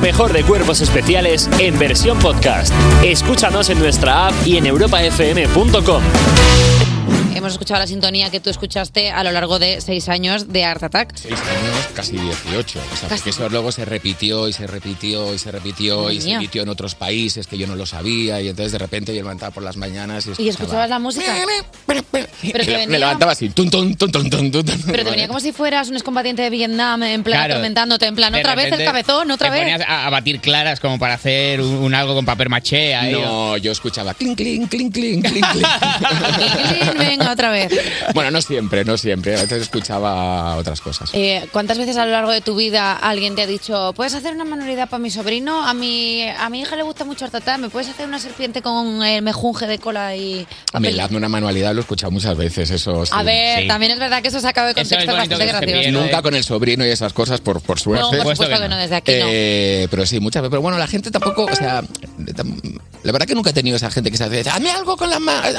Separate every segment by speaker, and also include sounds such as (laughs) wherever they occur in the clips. Speaker 1: mejor de cuerpos especiales en versión podcast. Escúchanos en nuestra app y en europafm.com.
Speaker 2: Hemos escuchado la sintonía que tú escuchaste a lo largo de seis años de Art Attack.
Speaker 3: Seis años, casi 18. O sea,
Speaker 2: Casi.
Speaker 3: porque eso luego se repitió y se repitió y se repitió
Speaker 2: Madre
Speaker 3: y se
Speaker 2: mía.
Speaker 3: repitió en otros países que yo no lo sabía. Y entonces de repente yo me levantaba por las mañanas y escuchaba.
Speaker 2: Y escuchabas la música. Pero
Speaker 3: me,
Speaker 2: te
Speaker 3: la- me
Speaker 2: venía,
Speaker 3: levantaba así. Tun, tun, tun, tun, tun, tun, tun.
Speaker 2: pero te venía como si fueras un excombatiente de Vietnam, en plan
Speaker 4: Claro.
Speaker 2: atormentándote, en plan,
Speaker 4: De
Speaker 2: otra vez el
Speaker 4: repente
Speaker 2: cabezón, otra
Speaker 4: te
Speaker 2: vez.
Speaker 4: ponías a, a batir claras como para hacer un, un algo con papel maché ahí, o-
Speaker 3: No, yo escuchaba clink, clink, clink, clink, clink, clink.
Speaker 2: Venga, otra vez.
Speaker 3: bueno, no siempre, no siempre. A veces escuchaba otras cosas.
Speaker 2: Eh, ¿Cuántas veces a lo largo de tu vida alguien te ha dicho, puedes hacer una manualidad para mi sobrino? A mi, a mi hija le gusta mucho Artatá, ¿me puedes hacer una serpiente con el mejunje de cola y
Speaker 3: A mí,
Speaker 2: papel?"
Speaker 3: hazme una manualidad, lo he escuchado muchas veces. Eso, sí.
Speaker 2: A ver,
Speaker 3: Sí.
Speaker 2: también es verdad que eso se acaba de
Speaker 4: Eso es
Speaker 2: contexto, es
Speaker 4: bonito
Speaker 2: bastante
Speaker 4: que se
Speaker 2: gracioso.
Speaker 4: pierda, ¿eh?
Speaker 3: Nunca con el sobrino y esas cosas, por, por suerte.
Speaker 2: No, por supuesto que no, desde aquí no.
Speaker 3: Eh, Pero sí, muchas veces. Pero bueno, la gente tampoco, o sea, tam- la verdad que nunca he tenido esa gente que se hace, hazme algo con las manos.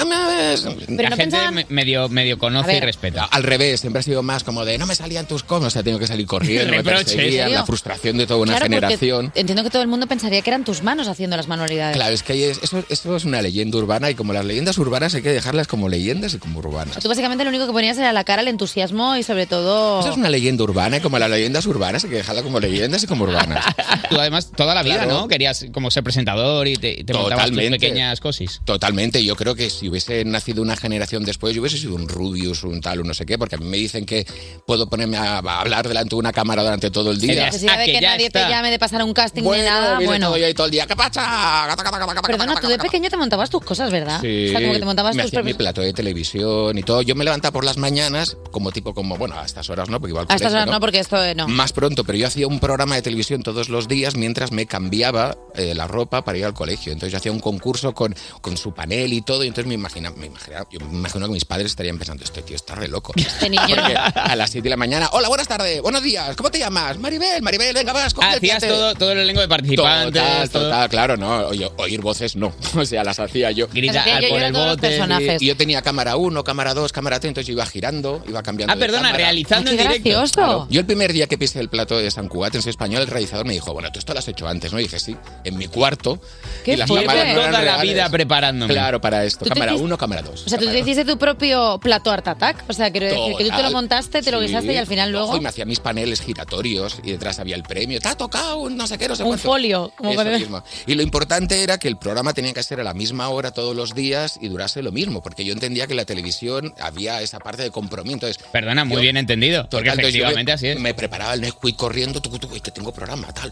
Speaker 4: la gente me- medio, medio
Speaker 3: A
Speaker 4: conoce y
Speaker 3: ver.
Speaker 4: respeta.
Speaker 3: Al revés, siempre ha sido más como de no me salían tus comas, o sea, tengo que salir corriendo, me
Speaker 4: Reproches.
Speaker 3: perseguían,
Speaker 2: ¿En serio?
Speaker 3: la frustración de toda una
Speaker 2: Claro, porque
Speaker 3: generación.
Speaker 2: Entiendo que todo el mundo pensaría que eran tus manos haciendo las manualidades.
Speaker 3: Claro, es que ahí es- eso, eso es una leyenda urbana y como las leyendas urbanas hay que dejarlas como leyendas y como urbanas.
Speaker 2: Tú básicamente lo único que ponías era la cara, el entusiasmo y sobre todo...
Speaker 3: Eso es una leyenda urbana y como las leyendas urbanas hay que dejarlas como leyendas y como
Speaker 2: (laughs)
Speaker 3: urbanas.
Speaker 4: Tú además toda la vida,
Speaker 3: Claro.
Speaker 4: ¿no? Querías como ser presentador y te, te montabas tus
Speaker 3: Totalmente.
Speaker 4: pequeñas cosis.
Speaker 3: Totalmente, yo creo que si hubiese nacido una generación después, yo hubiese sido un Rubius, un tal, un no sé qué, porque a mí me dicen que puedo ponerme a, a hablar delante de una cámara durante todo el día.
Speaker 2: Que si sabe que nadie te llame de pasar un casting
Speaker 3: Bueno,
Speaker 2: ni nada,
Speaker 3: viene
Speaker 2: bueno.
Speaker 3: todo yo ahí todo el día, ¿qué pasa?
Speaker 2: Perdona, tú de pequeño te montabas tus cosas, ¿verdad?
Speaker 3: Sí,
Speaker 2: O sea, como que te montabas
Speaker 3: me
Speaker 2: tus
Speaker 3: hacía mi
Speaker 2: propios...
Speaker 3: plato de televisión y todo. Yo me levantaba por las mañanas, como tipo, como, bueno, a estas horas no, porque igual
Speaker 2: A estas horas no, Ah, porque esto eh, no.
Speaker 3: Más pronto, pero yo hacía un programa de televisión todos los días mientras me cambiaba eh, la ropa para ir al colegio. Entonces yo hacía un concurso con, con su panel y todo. Y entonces me imagina, me imagina- yo me imagino que mis padres estarían pensando, este tío está re loco.
Speaker 2: Este niño
Speaker 3: Porque a las 7 de la mañana, hola, buenas tardes, buenos días, ¿cómo te llamas? Maribel, Maribel, venga, vas, coge el
Speaker 4: Hacías
Speaker 3: piate".
Speaker 4: todo, todo el elenco de participantes.
Speaker 3: Total,
Speaker 4: todo.
Speaker 3: total, claro, no. Oye, oír voces pues no. (laughs) O sea, las hacía yo.
Speaker 4: Las hacía al yo, yo por era el todos los bote, personajes.
Speaker 3: Y yo tenía cámara 1, cámara 2, cámara 3, entonces yo iba girando, iba cambiando.
Speaker 4: Ah,
Speaker 3: de
Speaker 4: perdona,
Speaker 3: cámara.
Speaker 4: realizando en directo.
Speaker 3: Claro. Yo el primer día que pisé el plato de San Cugat en Soy español, el realizador me dijo, bueno, tú esto lo has hecho antes, ¿no? Y dije, sí, en mi cuarto.
Speaker 2: ¡Qué
Speaker 3: y las
Speaker 2: fuerte!
Speaker 3: cámaras no eran
Speaker 4: Toda la
Speaker 3: reales.
Speaker 4: vida preparándome.
Speaker 3: Claro, para esto.
Speaker 2: ¿Tú te
Speaker 3: Cámara
Speaker 2: hiciste-
Speaker 3: 1, cámara 2.
Speaker 2: O sea, tú te hiciste tu propio plato Art Attack. O sea, quiero decir que tú te lo
Speaker 3: Total.
Speaker 2: montaste, te lo
Speaker 3: Sí.
Speaker 2: guisaste y al final luego...
Speaker 3: Ojo, y me hacía mis paneles giratorios y detrás había el premio. Te ha tocado un no sé qué, no sé
Speaker 2: Un
Speaker 3: cuánto.
Speaker 2: folio, como
Speaker 3: Eso
Speaker 2: cuando-
Speaker 3: mismo. Y lo importante era que el programa tenía que ser a la misma hora todos los días y durase lo mismo, porque yo entendía que la televisión había esa parte de compromiso. Entonces,
Speaker 4: Perdona, muy
Speaker 3: Yo-
Speaker 4: bien entendido. Porque
Speaker 3: Total, entonces yo
Speaker 4: efectivamente
Speaker 3: me,
Speaker 4: así es.
Speaker 3: Me preparaba el Nesquik corriendo, tucu, tucu, y que tengo programa, tal.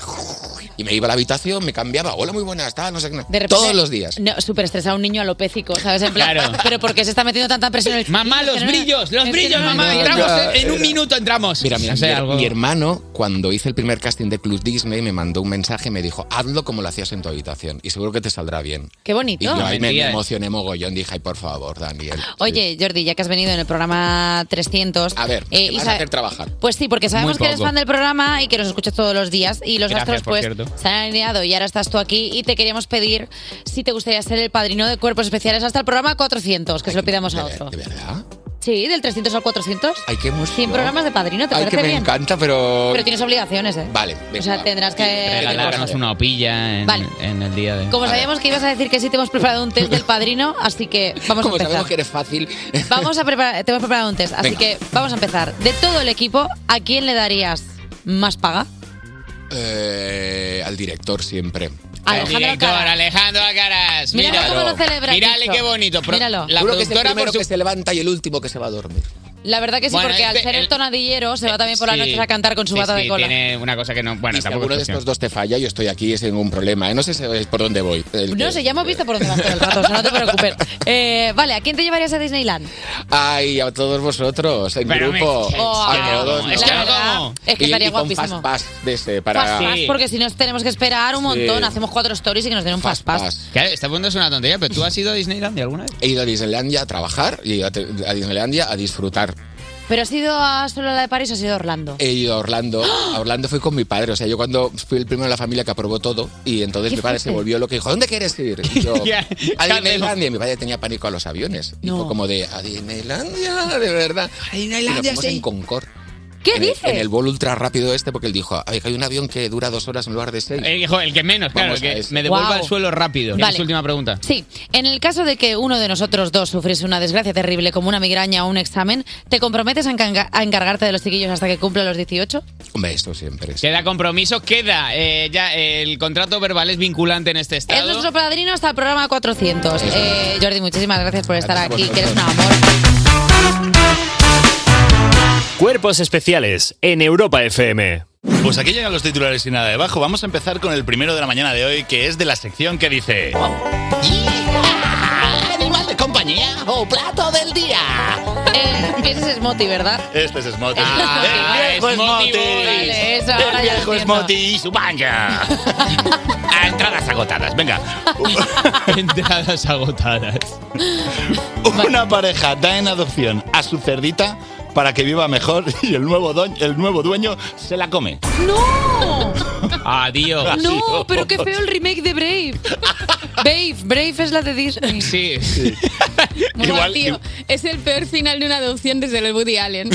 Speaker 3: Y me iba a la habitación, me cambiaba, hola, muy buenas, tal, no sé qué. no.
Speaker 2: De repente-
Speaker 3: Todos los días.
Speaker 2: No, súper estresado un niño alopécico, ¿sabes? En plan,
Speaker 4: Claro.
Speaker 2: pero porque se está metiendo tanta presión en el
Speaker 4: Mamá,
Speaker 2: Es que
Speaker 4: los
Speaker 2: (laughs) no-
Speaker 4: brillos, los
Speaker 2: es que
Speaker 4: brillos,
Speaker 2: no- ¿eh?
Speaker 4: mamá.
Speaker 2: no-
Speaker 4: Entramos
Speaker 3: Era-
Speaker 4: en, en un
Speaker 3: (laughs) era-
Speaker 4: minutos entramos.
Speaker 3: Mira, mira,
Speaker 4: O sea,
Speaker 3: mi,
Speaker 4: algo-
Speaker 3: mi hermano, cuando hice el primer casting de Club Disney, me mandó un mensaje y me dijo, hazlo como lo hacías en tu habitación y seguro que te saldrá bien.
Speaker 2: Qué bonito.
Speaker 3: Y yo ahí me, me
Speaker 4: Mentira, ¿eh?
Speaker 3: emocioné mogollón, dije, ay, por favor, Daniel.
Speaker 2: Oye, Jordi, ya que has venido en el programa 300...
Speaker 3: A ver,
Speaker 2: eh,
Speaker 3: ¿qué
Speaker 2: y
Speaker 3: vas
Speaker 2: sa-
Speaker 3: a hacer trabajar?
Speaker 2: Pues sí, porque sabemos
Speaker 4: Muy
Speaker 2: que eres
Speaker 4: poco.
Speaker 2: fan del programa y que nos escuchas todos los días y los
Speaker 4: Gracias,
Speaker 2: astros
Speaker 4: por
Speaker 2: pues
Speaker 4: cierto.
Speaker 2: se han alineado y ahora estás tú aquí y te queríamos pedir si te gustaría ser el padrino de cuerpos especiales hasta el programa 400, que se lo pidamos a otro.
Speaker 3: ¿De verdad?
Speaker 2: Sí, del 300 al 400.
Speaker 3: Ay, qué emoción.
Speaker 2: 100 programas de padrino, ¿te
Speaker 3: Ay,
Speaker 2: parece
Speaker 3: que me
Speaker 2: bien?
Speaker 3: encanta, pero...
Speaker 2: Pero tienes obligaciones, ¿eh?
Speaker 3: Vale,
Speaker 2: O
Speaker 3: venga,
Speaker 2: sea,
Speaker 3: va.
Speaker 2: tendrás que...
Speaker 4: Regalarnos una opilla en,
Speaker 2: Vale.
Speaker 4: en el día de.
Speaker 2: Como sabíamos que ibas a decir que sí, te hemos preparado un test del padrino, así que vamos a
Speaker 3: Como
Speaker 2: empezar.
Speaker 3: sabemos que eres fácil...
Speaker 4: (laughs)
Speaker 2: Vamos a preparar, te hemos preparado un test, así
Speaker 3: Venga.
Speaker 2: que vamos a empezar. De todo el equipo, ¿a quién le darías más paga?
Speaker 3: Eh, al director siempre.
Speaker 2: Alejandro
Speaker 4: Director,
Speaker 2: Alcaraz.
Speaker 4: Alejandro Alcaraz.
Speaker 2: Míralo
Speaker 4: mira.
Speaker 2: cómo lo celebra,
Speaker 4: Mírale
Speaker 2: Chicho.
Speaker 4: qué bonito. Pro-
Speaker 2: Míralo.
Speaker 4: La
Speaker 3: Juro que es el
Speaker 4: productora
Speaker 3: primero
Speaker 4: por su
Speaker 3: que se levanta y el último que se va a dormir.
Speaker 2: La verdad que sí,
Speaker 4: Bueno,
Speaker 2: porque al
Speaker 4: este-
Speaker 2: ser el
Speaker 4: el-
Speaker 2: tonadillero se va también por
Speaker 4: Sí.
Speaker 2: las noches a cantar con su
Speaker 4: Sí,
Speaker 2: bata
Speaker 4: sí,
Speaker 2: de cola.
Speaker 4: Tiene una cosa que no. Bueno,
Speaker 3: y si
Speaker 4: tampoco
Speaker 3: alguno
Speaker 4: es
Speaker 3: de
Speaker 4: cuestión.
Speaker 3: estos dos te falla, yo estoy aquí sin ningún problema. ¿eh? No sé si sabéis por dónde voy. El
Speaker 2: No
Speaker 3: que-
Speaker 2: sé, ya hemos visto por dónde vas todo el rato, o sea, no te preocupes. Eh, vale, ¿a quién te llevarías a Disneyland?
Speaker 3: (laughs) Ay, a todos vosotros, en
Speaker 4: Pero me-
Speaker 3: grupo.
Speaker 4: Es que
Speaker 2: Oh,
Speaker 3: a
Speaker 4: no,
Speaker 3: todos.
Speaker 4: es
Speaker 3: ¿no?
Speaker 4: que
Speaker 2: La
Speaker 4: no
Speaker 2: verdad,
Speaker 4: como.
Speaker 2: Es que
Speaker 3: Y-
Speaker 2: estaría
Speaker 3: y con
Speaker 2: guapísimo.
Speaker 3: fast pass de ese para.
Speaker 2: Fast pass,
Speaker 4: Sí.
Speaker 2: porque si nos tenemos que esperar un
Speaker 3: Sí.
Speaker 2: montón, hacemos cuatro stories y que nos den un fast,
Speaker 3: Fast
Speaker 2: pass.
Speaker 3: pass.
Speaker 4: Claro, está poniendo este es una tontería, pero tú has ido a Disneylandia alguna vez.
Speaker 3: He ido a Disneylandia a trabajar y he ido a, te- a Disneylandia a disfrutar.
Speaker 2: Pero has ido a solo a la de París o has ido a Orlando.
Speaker 3: He ido a Orlando.
Speaker 2: ¡Ah!
Speaker 3: A Orlando fui con mi padre. O sea, yo cuando fui el primero de la familia que aprobó todo y entonces
Speaker 2: Qué
Speaker 3: mi padre se
Speaker 2: fuerte.
Speaker 3: volvió lo que dijo, ¿dónde quieres ir? Y yo,
Speaker 4: (laughs) Ya,
Speaker 3: a
Speaker 4: ya
Speaker 3: Disneylandia. Y mi padre tenía pánico a los aviones. Y
Speaker 2: No.
Speaker 3: fue como de, a Disneylandia, de verdad. A Disneylandia, y nos fuimos en Concord.
Speaker 2: ¿Qué
Speaker 3: en el-
Speaker 2: dices?
Speaker 3: en el vuelo ultra rápido este, porque él dijo, "Ay, hay un avión que dura dos horas en lugar de seis.
Speaker 4: El, Eh, hijo, el que menos, claro,
Speaker 3: Vamos
Speaker 4: el
Speaker 3: a este.
Speaker 4: que
Speaker 3: ese.
Speaker 4: me devuelva
Speaker 2: Guau.
Speaker 4: al suelo rápido. Esa Es
Speaker 2: Vale.
Speaker 4: su última pregunta.
Speaker 2: Sí, en el caso de que uno de nosotros dos sufriese una desgracia terrible como una migraña o un examen, ¿te comprometes a, encanga- a encargarte de los chiquillos hasta que cumpla los 18?
Speaker 3: Hombre, esto siempre. sí.
Speaker 4: Queda compromiso, queda. eh, ya eh, el contrato verbal es vinculante en este
Speaker 2: Es
Speaker 4: estado.
Speaker 2: nuestro padrino hasta el programa 400. Eh, Jordi, muchísimas gracias por estar
Speaker 3: Gracias a
Speaker 2: aquí, que eres un
Speaker 3: vosotros.
Speaker 2: amor.
Speaker 1: Cuerpos especiales en Europa FM.
Speaker 5: Pues aquí llegan los titulares y nada debajo. Vamos a empezar con el primero de la mañana de hoy, que es de la sección que dice...
Speaker 6: Animal de compañía o plato del día.
Speaker 2: Eh, ese es Moti, ¿verdad?
Speaker 5: Este es Smoti.
Speaker 4: Ah,
Speaker 5: el viejo
Speaker 4: Smoti
Speaker 5: Smoti.
Speaker 4: Boy.
Speaker 2: Vale, eso ahora
Speaker 5: el
Speaker 2: ya
Speaker 5: viejo
Speaker 2: entiendo.
Speaker 5: Smoti y su manga. A entradas agotadas, venga.
Speaker 4: Entradas agotadas.
Speaker 5: Una pareja da en adopción a su cerdita para que viva mejor y el nuevo, doñ- el nuevo dueño se la come.
Speaker 2: ¡No!
Speaker 4: Adiós.
Speaker 2: ¡No! Pero qué feo el remake de Brave. Brave, Brave es la de Disney.
Speaker 4: Sí.
Speaker 7: Buah,
Speaker 5: Igual-
Speaker 7: tío,
Speaker 8: (laughs)
Speaker 7: es el peor final de una adopción desde el Woody
Speaker 5: (laughs)
Speaker 7: Allen.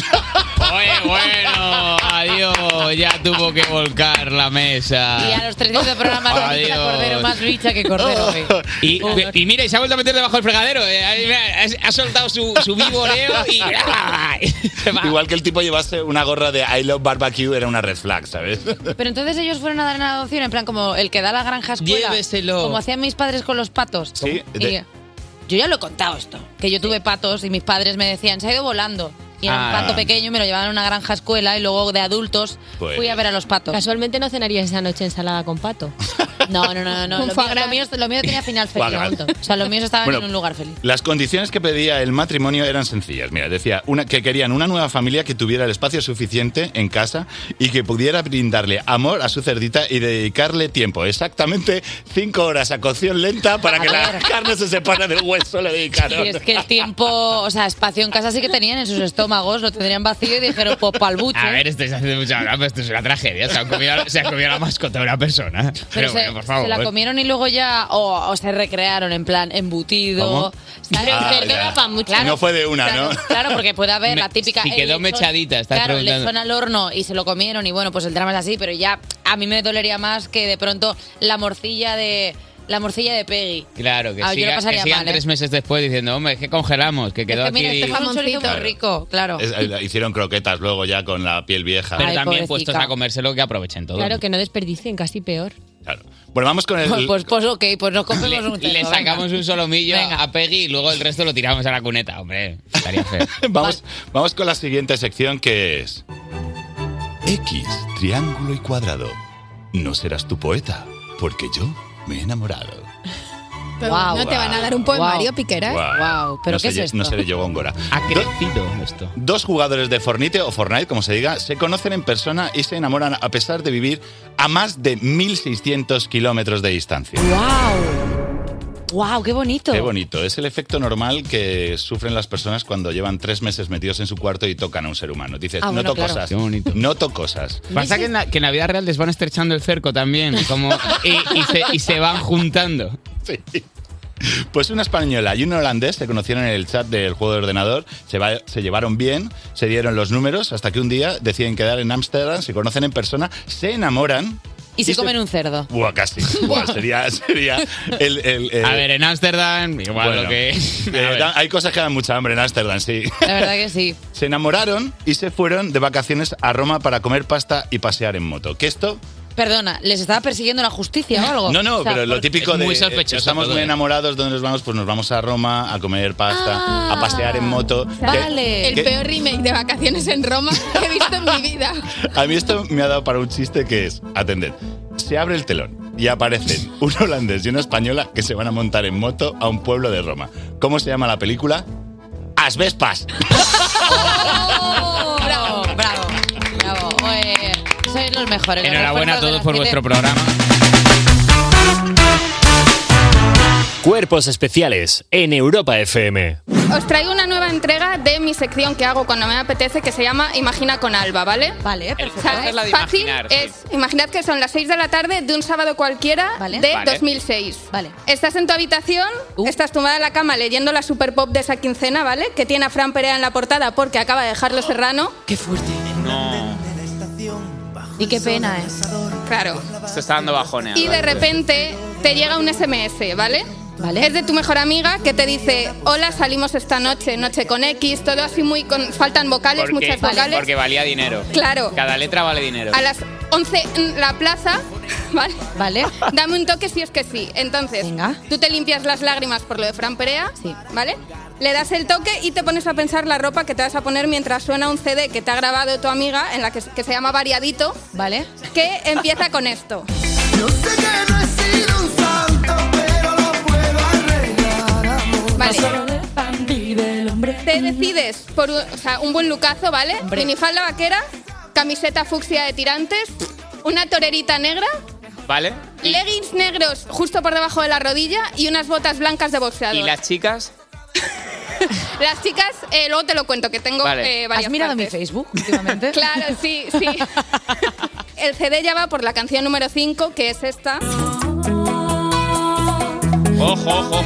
Speaker 4: Oye, bueno, adiós. Ya tuvo que volcar la
Speaker 2: Y a
Speaker 4: mesa.
Speaker 2: los 300 programas la
Speaker 4: Adiós.
Speaker 2: bicha Cordero, más bicha que
Speaker 3: (laughs)
Speaker 2: Cordero. eh.
Speaker 4: Y, y mira, y se ha vuelto a meter debajo del fregadero. Eh, ahí, mira, Ha, ha soltado su, su vivoreo y. ¡ah! Se va.
Speaker 5: Igual que el tipo llevase una gorra de I love barbecue, era una red flag, ¿sabes?
Speaker 2: Pero entonces ellos fueron a dar en adopción, en plan como el que da la granja escuela.
Speaker 4: Lléveselo.
Speaker 2: Como hacían mis padres con los patos.
Speaker 5: Sí,
Speaker 2: Y
Speaker 5: de-
Speaker 2: Yo ya lo he contado esto, que yo tuve patos y mis padres me decían, se ha ido volando. Y
Speaker 4: Ah.
Speaker 2: era un pato pequeño, y me lo llevaban a una granja escuela y luego de adultos
Speaker 5: Pues-
Speaker 2: fui a ver a los patos.
Speaker 7: Casualmente no cenarías esa noche ensalada con pato.
Speaker 2: (laughs) No, no, no, no. no.
Speaker 7: Un
Speaker 2: Lo,
Speaker 7: foie
Speaker 2: mío,
Speaker 7: gras.
Speaker 2: lo mío- lo mío tenía final
Speaker 5: Foie
Speaker 2: feliz.
Speaker 5: gras.
Speaker 2: adulto. O sea, los míos estaban
Speaker 5: Bueno,
Speaker 2: en un lugar feliz.
Speaker 5: (laughs) Las condiciones que pedía el matrimonio eran sencillas. Mira, decía una, que querían una nueva familia que tuviera el espacio suficiente en casa y que pudiera brindarle amor a su cerdita y dedicarle tiempo. Exactamente cinco horas a cocción lenta para que
Speaker 2: (laughs) A
Speaker 5: la
Speaker 2: ver.
Speaker 5: carne se separe del hueso, le dedicaron.
Speaker 2: Y es que el tiempo, o sea, espacio en casa sí que tenían en sus estómagos, lo tendrían vacío y dijeron, pues pa'l buche.
Speaker 4: A ver, esto es, hace mucha broma, esto es una tragedia. Se ha comido, se ha comido la mascota de una persona. Pero,
Speaker 2: Pero se,
Speaker 4: bueno, por favor.
Speaker 2: se
Speaker 5: pues.
Speaker 2: la comieron y luego ya o, o se recrearon en plan embutido.
Speaker 5: ¿Cómo?
Speaker 2: ¿sabes?
Speaker 5: Ah,
Speaker 2: Perdona
Speaker 5: ya.
Speaker 2: pa' mucho.
Speaker 5: No fue de una,
Speaker 2: claro,
Speaker 5: ¿no?
Speaker 2: Claro, porque puede haber
Speaker 4: Me-
Speaker 2: la típica.
Speaker 4: si quedó
Speaker 2: el lechón-
Speaker 4: mechadita, estás
Speaker 2: Claro, el
Speaker 4: preguntando.
Speaker 2: lechón al horno y se lo comieron y bueno, pues el drama es así, pero ya a mí me dolería más que de pronto la morcilla de la morcilla de Peggy.
Speaker 4: Claro, que
Speaker 2: Ah, yo lo
Speaker 4: siga, que
Speaker 2: pasaría
Speaker 4: sigan
Speaker 2: mal, ¿eh?
Speaker 4: tres meses después diciendo, hombre, es que congelamos, que quedó
Speaker 2: es que mira,
Speaker 4: aquí.
Speaker 2: este jamoncito muy
Speaker 7: Jamoncito.
Speaker 2: rico, claro.
Speaker 5: Es- eh, hicieron croquetas luego ya con la piel vieja.
Speaker 4: Pero
Speaker 2: Ay,
Speaker 4: también
Speaker 2: pobrecita.
Speaker 4: puestos a comérselo que aprovechen todo.
Speaker 7: Claro, que no desperdicien, casi
Speaker 4: (laughs)
Speaker 7: peor.
Speaker 5: Claro. Bueno, vamos con el...
Speaker 2: (laughs) Pues, pues, pues ok, pues nos comemos un
Speaker 4: Le,
Speaker 2: teto,
Speaker 4: le
Speaker 2: venga.
Speaker 4: sacamos un solomillo
Speaker 2: Venga.
Speaker 4: a Peggy y luego el resto lo tiramos a la cuneta, hombre. Estaría feo.
Speaker 5: (laughs) Vamos, vamos con la siguiente sección que es... X, triángulo y cuadrado. No serás tu poeta, porque yo me he enamorado.
Speaker 2: Guau.
Speaker 7: no te van a dar un poemario,
Speaker 2: Guau.
Speaker 7: Piquera.
Speaker 5: Guau.
Speaker 2: Guau, Oh, ¿pero
Speaker 5: no se,
Speaker 2: qué es
Speaker 5: lle-
Speaker 2: esto?
Speaker 5: No se le llegó a Góngora.
Speaker 4: Ha
Speaker 5: Do-
Speaker 4: crecido esto.
Speaker 5: Dos jugadores de Fornite o Fortnite, como se diga, se conocen en persona y se enamoran a pesar de vivir a más de 1.600 kilómetros de distancia.
Speaker 2: ¡Wow! ¡Wow, qué bonito!
Speaker 5: Qué bonito. Es el efecto normal que sufren las personas cuando llevan tres meses metidos en su cuarto y tocan a un ser humano. Dices,
Speaker 2: Ah,
Speaker 5: no
Speaker 2: bueno,
Speaker 5: noto
Speaker 2: claro.
Speaker 5: cosas.
Speaker 4: Qué bonito.
Speaker 5: Noto cosas.
Speaker 4: Pasa que en, la, que en la vida real les van estrechando el cerco también como, y, y se, y se van juntando.
Speaker 5: Sí. Pues una española y un holandés se conocieron en el chat del juego de ordenador, se, va- se llevaron bien, se dieron los números, hasta que un día deciden quedar en Ámsterdam, se conocen en persona, se enamoran.
Speaker 2: Y se comen un cerdo.
Speaker 5: (laughs) Buah, casi. Buah, sería sería el, el- el-
Speaker 4: A ver, en Ámsterdam, igual
Speaker 5: bueno,
Speaker 4: lo que
Speaker 5: eh,
Speaker 4: es. (laughs) A ver.
Speaker 5: da- hay cosas que dan mucha hambre en Ámsterdam, sí.
Speaker 2: La verdad que sí.
Speaker 5: Se enamoraron y se fueron de vacaciones a Roma para comer pasta y pasear en moto. Que esto
Speaker 2: Perdona, ¿les estaba persiguiendo la justicia o algo?
Speaker 5: No, no,
Speaker 2: O sea,
Speaker 5: pero lo
Speaker 2: porque-
Speaker 5: típico
Speaker 4: es
Speaker 5: de
Speaker 4: muy sospechoso
Speaker 5: estamos
Speaker 4: todo,
Speaker 5: muy
Speaker 4: ¿eh?
Speaker 5: enamorados, ¿dónde nos vamos? Pues nos vamos a Roma a comer pasta,
Speaker 2: Ah,
Speaker 5: a pasear en moto. Que-
Speaker 2: vale.
Speaker 7: El
Speaker 5: que-
Speaker 7: peor remake de vacaciones en Roma que he visto en mi vida.
Speaker 5: A mí esto me ha dado para un chiste que es, atended, se abre el telón y aparecen un (laughs) holandés y una española que se van a montar en moto a un pueblo de Roma. ¿Cómo se llama la película? Asbespas.
Speaker 2: ¡Oh! bravo, bravo, bravo. Eh, sois los mejores. los
Speaker 4: Enhorabuena a
Speaker 2: refuerzos de
Speaker 4: todos
Speaker 2: las
Speaker 4: por
Speaker 2: siete.
Speaker 4: vuestro programa.
Speaker 1: Cuerpos especiales en Europa FM.
Speaker 8: (laughs) Os traigo una nueva entrega de mi sección que hago cuando me apetece que se llama Imagina con Alba, ¿vale?
Speaker 2: Vale,
Speaker 8: O
Speaker 2: perfecto.
Speaker 8: sea,
Speaker 4: Esta es la de
Speaker 8: fácil,
Speaker 4: imaginar, sí.
Speaker 8: es imaginad que son las 6 de la tarde de un sábado cualquiera
Speaker 2: Vale.
Speaker 8: de
Speaker 4: Vale.
Speaker 8: 2006.
Speaker 2: Vale.
Speaker 8: Estás en tu habitación,
Speaker 2: Uh.
Speaker 8: estás tumbada en la cama leyendo la super pop de esa quincena, ¿vale? Que tiene a Fran Perea en la portada porque acaba de dejarlo Serrano.
Speaker 2: Qué fuerte.
Speaker 9: No.
Speaker 2: Y qué pena, ¿eh?
Speaker 8: Claro.
Speaker 9: Se está dando bajones.
Speaker 8: Y de repente te llega un SMS, ¿vale? Vale. Es de tu mejor amiga que te dice, hola, salimos esta noche, noche con X, todo así muy con... Faltan vocales,
Speaker 9: Porque-
Speaker 8: muchas vocales.
Speaker 9: Porque valía dinero.
Speaker 8: Claro.
Speaker 9: Cada letra vale dinero.
Speaker 8: A las 11 en la plaza, (laughs) ¿vale? Vale. Dame un toque si es que sí. Entonces, tú te limpias las lágrimas por lo de Fran Perea, ¿vale? Le das el toque y te pones a pensar la ropa que te vas a poner mientras suena un CD que te ha grabado tu amiga, en la que, que se llama Variadito, ¿vale? Que empieza con esto. Vale. Te decides por un, o sea, un buen lucazo, ¿vale? Minifalda vaquera, camiseta fucsia de tirantes, una torerita negra,
Speaker 9: ¿Vale?
Speaker 8: leggings negros justo por debajo de la rodilla y unas botas blancas de
Speaker 9: ¿Y
Speaker 8: boxeador.
Speaker 9: las chicas?
Speaker 8: Las chicas, eh, luego te lo cuento, que tengo
Speaker 9: Vale.
Speaker 8: eh, varias
Speaker 2: ¿Has mirado
Speaker 8: partes.
Speaker 2: mi Facebook
Speaker 8: (laughs)
Speaker 2: últimamente?
Speaker 8: Claro, sí,
Speaker 2: (laughs)
Speaker 8: sí. El CD ya va por la canción número 5, que es esta.
Speaker 9: Ojo, ojo, ojo.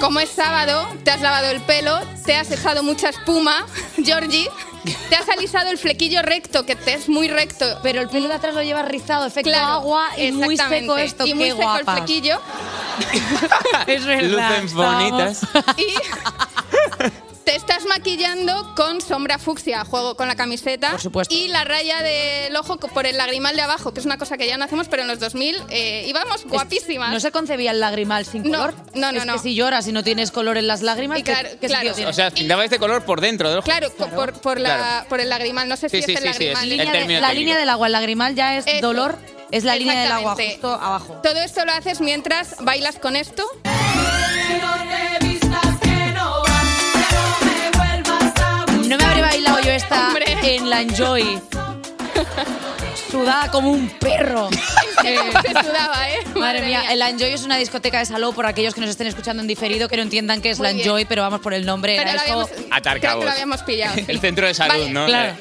Speaker 8: Como es sábado, te has lavado el pelo, te has echado mucha espuma, (laughs) Georgie, te has alisado el flequillo recto, que te es muy recto.
Speaker 2: Pero el pelo de atrás lo llevas rizado, efecto agua y muy seco
Speaker 8: exactamente.
Speaker 2: esto,
Speaker 8: Y muy
Speaker 2: qué
Speaker 8: seco el
Speaker 2: guapas.
Speaker 8: flequillo.
Speaker 2: (laughs) Es
Speaker 9: Lucen bonitas.
Speaker 8: Te estás maquillando con sombra fucsia, juego con la camiseta.
Speaker 2: Por supuesto.
Speaker 8: Y la raya del ojo co- por el lagrimal de abajo, que es una cosa que ya no hacemos, pero en los 2000 eh, íbamos guapísimas.
Speaker 2: No se concebía el lagrimal sin color.
Speaker 8: no, no,
Speaker 2: Es
Speaker 8: no.
Speaker 2: que si lloras y no tienes color en las lágrimas,
Speaker 8: Y
Speaker 2: ¿qué-
Speaker 8: claro,
Speaker 2: ¿qué,
Speaker 8: claro.
Speaker 2: sentido tiene?
Speaker 9: O sea, pintabais de color por dentro del ojo.
Speaker 8: Claro, co- Por, por la-
Speaker 9: Claro.
Speaker 8: por el lagrimal, no sé
Speaker 9: Sí,
Speaker 8: si
Speaker 9: sí,
Speaker 8: es el
Speaker 9: sí, sí,
Speaker 8: lagrimal.
Speaker 9: es
Speaker 2: La línea de-
Speaker 9: término
Speaker 2: la
Speaker 9: técnico.
Speaker 2: línea del agua, el lagrimal ya es
Speaker 8: Eso.
Speaker 2: dolor, es la línea del agua
Speaker 8: Exactamente.
Speaker 2: justo abajo.
Speaker 8: Todo esto lo haces mientras bailas con esto.
Speaker 2: No me habré bailado yo esta en la Enjoy. Sudada como un perro.
Speaker 8: (laughs) Se sudaba, ¿eh?
Speaker 2: Madre mía,
Speaker 8: mía.
Speaker 2: el Enjoy es una discoteca de saló por aquellos que nos estén escuchando en diferido que no entiendan qué es
Speaker 8: Muy
Speaker 2: la
Speaker 8: bien.
Speaker 2: Enjoy, pero vamos por el nombre.
Speaker 8: Pero
Speaker 2: era
Speaker 8: la
Speaker 2: esto-
Speaker 8: habíamos- creo
Speaker 9: Atarcabos.
Speaker 8: que lo habíamos pillado. sí.
Speaker 9: (laughs) El centro de salud,
Speaker 8: Vale.
Speaker 9: ¿no?
Speaker 2: Claro.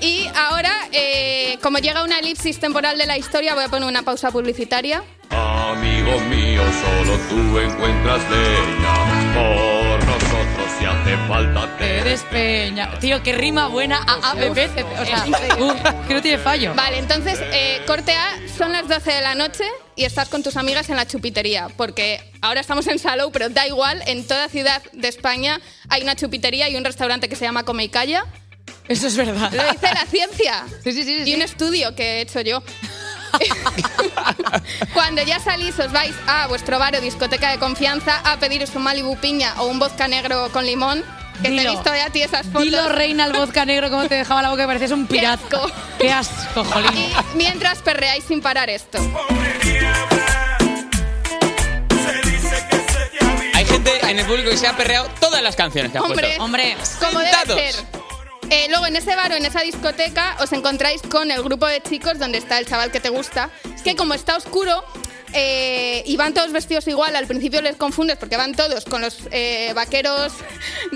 Speaker 8: Y ahora, eh, como llega una elipsis temporal de la historia, voy a poner una pausa publicitaria.
Speaker 10: Amigo mío, solo tú encuentras leña. Por nosotros si hace falta te
Speaker 2: Eres peña. Tío, qué rima buena a ABB. O sea, uf, que no tiene fallo.
Speaker 8: Vale, entonces, eh, corte A, son las 12 de la noche y estás con tus amigas en la chupitería, porque ahora estamos en Salou, pero da igual, en toda ciudad de España hay una chupitería y un restaurante que se llama Come y Calla.
Speaker 2: Eso es verdad.
Speaker 8: Lo dice la ciencia. Y un estudio que he hecho
Speaker 2: (laughs)
Speaker 8: yo. Cuando ya salís, os vais a vuestro bar o discoteca de confianza a pediros un Malibu piña o un vodka negro con limón. Que te he
Speaker 2: Dilo.
Speaker 8: visto ya a ti esas fotos.
Speaker 2: Dilo, reina, el vodka negro, cómo te dejaba la boca, que parecías un pirata. Qué asco. jolín.
Speaker 8: Y mientras perreáis sin parar esto.
Speaker 9: Eh, Hay gente en el público que se ha perreado todas las canciones que has
Speaker 8: Hombre,
Speaker 9: puesto.
Speaker 8: como debe
Speaker 9: Sentados.
Speaker 8: ser. Eh, luego en ese bar o en esa discoteca os encontráis con el grupo de chicos donde está el chaval que te gusta, que como está oscuro eh, y van todos vestidos igual, al principio les confundes porque van todos con los eh, vaqueros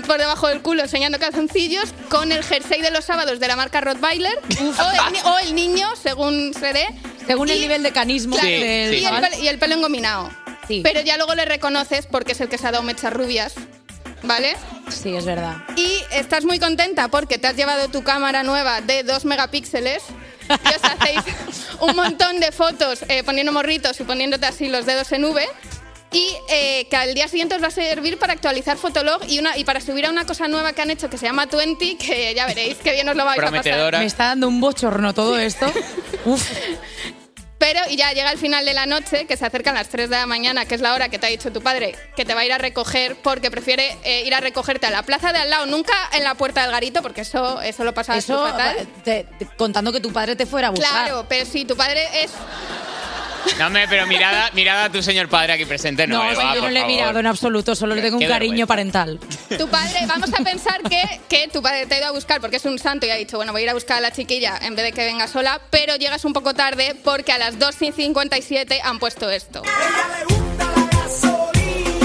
Speaker 8: por debajo del culo enseñando calzoncillos, con el jersey de los sábados de la marca Rottweiler o el, ni- o el niño, según se dé.
Speaker 2: Según el
Speaker 8: Y-
Speaker 2: nivel de canismo
Speaker 8: Claro,
Speaker 2: del
Speaker 8: y, el
Speaker 2: chaval.
Speaker 8: pelo, y el pelo engominado. Pero ya luego le reconoces porque es el que se ha dado mechas rubias, ¿vale?
Speaker 2: Sí, es verdad.
Speaker 8: Y estás muy contenta porque te has llevado tu cámara nueva de 2 megapíxeles y os hacéis un montón de fotos eh, poniendo morritos y poniéndote así los dedos en V. Y eh, que al día siguiente os va a servir para actualizar Fotolog y, una, y para subir a una cosa nueva que han hecho que se llama 20, que ya veréis que bien os lo vais a pasar.
Speaker 2: Me está dando un bochorno todo
Speaker 8: (laughs)
Speaker 2: esto. Uf.
Speaker 8: Pero y ya llega el final de la noche, que se acercan las 3 de la mañana, que es la hora que te ha dicho tu padre que te va a ir a recoger porque prefiere eh, ir a recogerte a la plaza de al lado, nunca en la puerta del garito, porque eso, eso lo pasaba
Speaker 2: Eso,
Speaker 8: fatal.
Speaker 2: te- te- contando que tu padre te fuera a buscar.
Speaker 8: Claro, pero si tu padre es.
Speaker 9: No, hombre, pero mirada, mirada a tu señor padre aquí presente. No,
Speaker 2: No,
Speaker 9: eh,
Speaker 2: o sea,
Speaker 9: va,
Speaker 2: yo no
Speaker 9: por
Speaker 2: le he
Speaker 9: favor.
Speaker 2: mirado en absoluto, solo le tengo un
Speaker 9: Qué
Speaker 2: cariño
Speaker 9: vergüenza.
Speaker 2: parental.
Speaker 8: Tu padre, vamos a pensar que, que tu padre te ha ido a buscar porque es un santo y ha dicho, bueno, voy a ir a buscar a la chiquilla en vez de que venga sola, pero llegas un poco tarde porque a las 2.57 han puesto esto.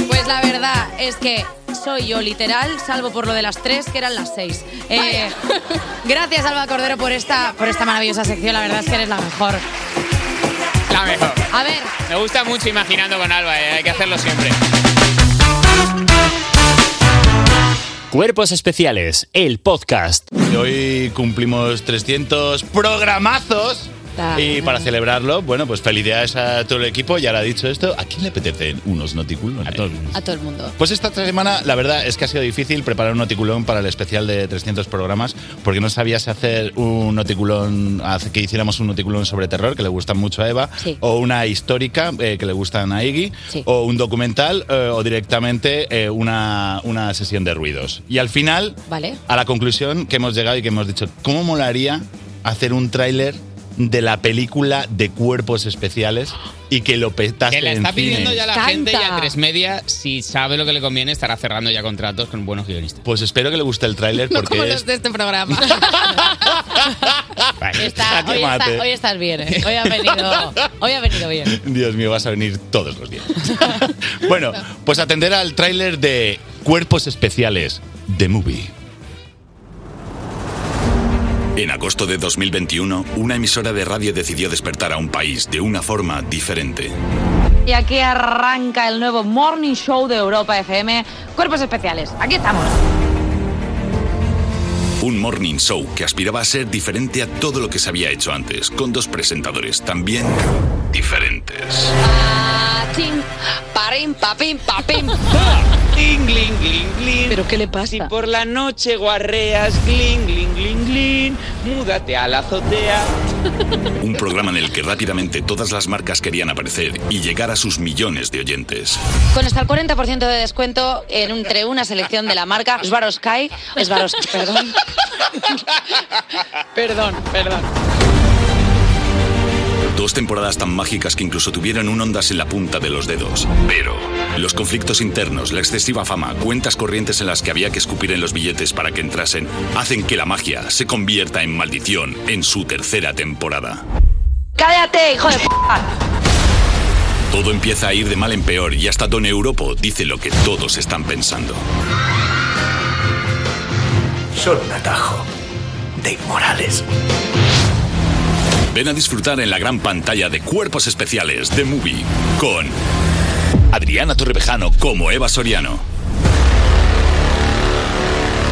Speaker 2: Pues la verdad es que soy yo literal, salvo por lo de las tres, que eran las seis. Eh, (laughs) gracias, Alba Cordero, por esta, por esta maravillosa sección. La verdad es que eres la mejor.
Speaker 9: La mejor.
Speaker 2: A ver,
Speaker 9: Me gusta mucho imaginando con Alba, eh, hay que hacerlo siempre.
Speaker 1: Cuerpos Especiales, el podcast.
Speaker 5: Hoy cumplimos 300 programazos. Y para celebrarlo, bueno, pues felicidades a todo el equipo. Ya lo ha dicho esto. ¿A quién le apetecen unos noticulones? A todos.
Speaker 11: A todo el mundo.
Speaker 5: Pues esta semana, la verdad es que ha sido difícil preparar un noticulón para el especial de 300 programas, porque no sabías hacer un noticulón, hace- que hiciéramos un noticulón sobre terror, que le gustan mucho a Eva,
Speaker 11: Sí.
Speaker 5: o una histórica, eh, que le gustan a Iggy, o un documental, eh, o directamente eh, una, una sesión de ruidos. Y al final,
Speaker 11: Vale.
Speaker 5: a la conclusión que hemos llegado y que hemos dicho, ¿cómo molaría hacer un tráiler de la película de cuerpos especiales y que lo petase
Speaker 4: Que la está
Speaker 5: en cines?
Speaker 4: pidiendo ya la
Speaker 11: Canta.
Speaker 4: gente y a tres media, si sabe lo que le conviene, estará cerrando ya contratos con buenos guionistas.
Speaker 5: Pues espero que le guste el tráiler
Speaker 4: No
Speaker 5: porque
Speaker 4: como
Speaker 5: es
Speaker 4: los
Speaker 11: De este
Speaker 9: (laughs)
Speaker 11: programa.
Speaker 2: Está-
Speaker 5: Jaque
Speaker 2: hoy,
Speaker 5: Ah, mate.
Speaker 2: está- hoy estás bien, ¿eh? Hoy ha venido, hoy ha venido bien.
Speaker 5: Dios mío, vas a venir todos los
Speaker 2: (laughs)
Speaker 5: días. bueno, pues atender al tráiler de Cuerpos Especiales, The Movie.
Speaker 12: En agosto de 2021, una emisora de radio decidió despertar a un país de una forma diferente.
Speaker 2: Y aquí arranca el nuevo Morning Show de Europa FM, Cuerpos Especiales. Aquí estamos.
Speaker 12: Un morning show que aspiraba a ser diferente a todo lo que se había hecho antes, con dos presentadores también diferentes.
Speaker 11: Patín, parín, papín,
Speaker 9: (laughs)
Speaker 11: papín.
Speaker 9: Gling, gling, gling, gling. ¿Pero qué le pasa? Si por la noche guarreas, gling, gling, gling, gling, múdate a la azotea.
Speaker 12: Un programa en el que rápidamente todas las marcas querían aparecer y llegar a sus millones de oyentes.
Speaker 2: Con hasta el 40% de descuento en entre una selección de la marca Swarovski, Swarovski, perdón. perdón, perdón.
Speaker 12: Dos temporadas tan mágicas que incluso tuvieron un ondas en la punta de los dedos. Pero los conflictos internos, la excesiva fama, cuentas corrientes en las que había que escupir en los billetes para que entrasen, hacen que la magia se convierta en maldición en su tercera temporada.
Speaker 11: Cállate, hijo de p.
Speaker 12: Todo empieza a ir de mal en peor y hasta Don Europo dice lo que todos están pensando.
Speaker 13: Son un atajo de inmorales.
Speaker 12: Ven a disfrutar en la gran pantalla de Cuerpos Especiales de Movie con Adriana Torrevejano como Eva Soriano,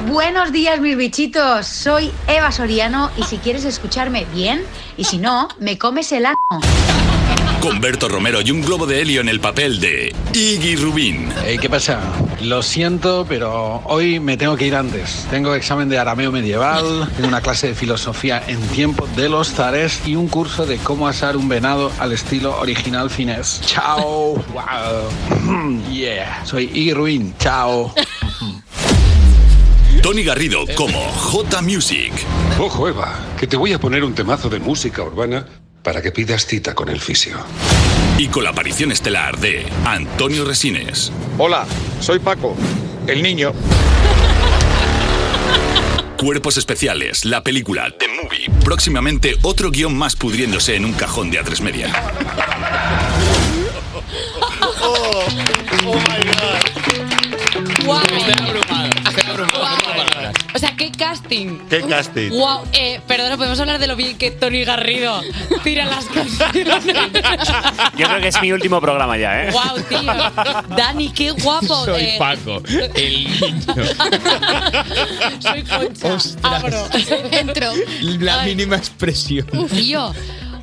Speaker 14: Buenos días, mis bichitos. Soy Eva Soriano y si quieres escucharme bien, y si no, me comes el ano.
Speaker 12: con Berto Romero y un globo de helio en el papel de Iggy Rubín.
Speaker 15: ¿Qué pasa? Lo siento, pero hoy me tengo que ir antes. Tengo examen de arameo medieval, tengo una clase de filosofía en tiempo de los zares y un curso de cómo asar un venado al estilo original finés. Chao. Wow. Yeah. Soy Iggy Ruin. Chao.
Speaker 12: Tony Garrido como J Music.
Speaker 16: Ojo, Eva, Oh, que te voy a poner un temazo de música urbana para que pidas cita con el fisio.
Speaker 12: Y con la aparición estelar de Antonio Resines.
Speaker 16: Hola, soy Paco, el niño.
Speaker 12: (laughs) Cuerpos Especiales, la película The Movie. Próximamente otro guión más pudriéndose en un cajón de A3 Media.
Speaker 11: Oh, oh my god. Wow.
Speaker 2: O sea, qué casting.
Speaker 5: ¿Qué casting?
Speaker 2: Wow, eh, perdona, podemos hablar de lo bien que Tony Garrido tira las canciones.
Speaker 17: Yo creo que es mi último programa ya, ¿eh?
Speaker 2: wow, tío. Dani, qué guapo.
Speaker 17: Soy
Speaker 2: eh,
Speaker 17: Paco,
Speaker 4: el
Speaker 2: soy Concha. Abro. Entro.
Speaker 4: La mínima expresión.
Speaker 2: (laughs) Tío.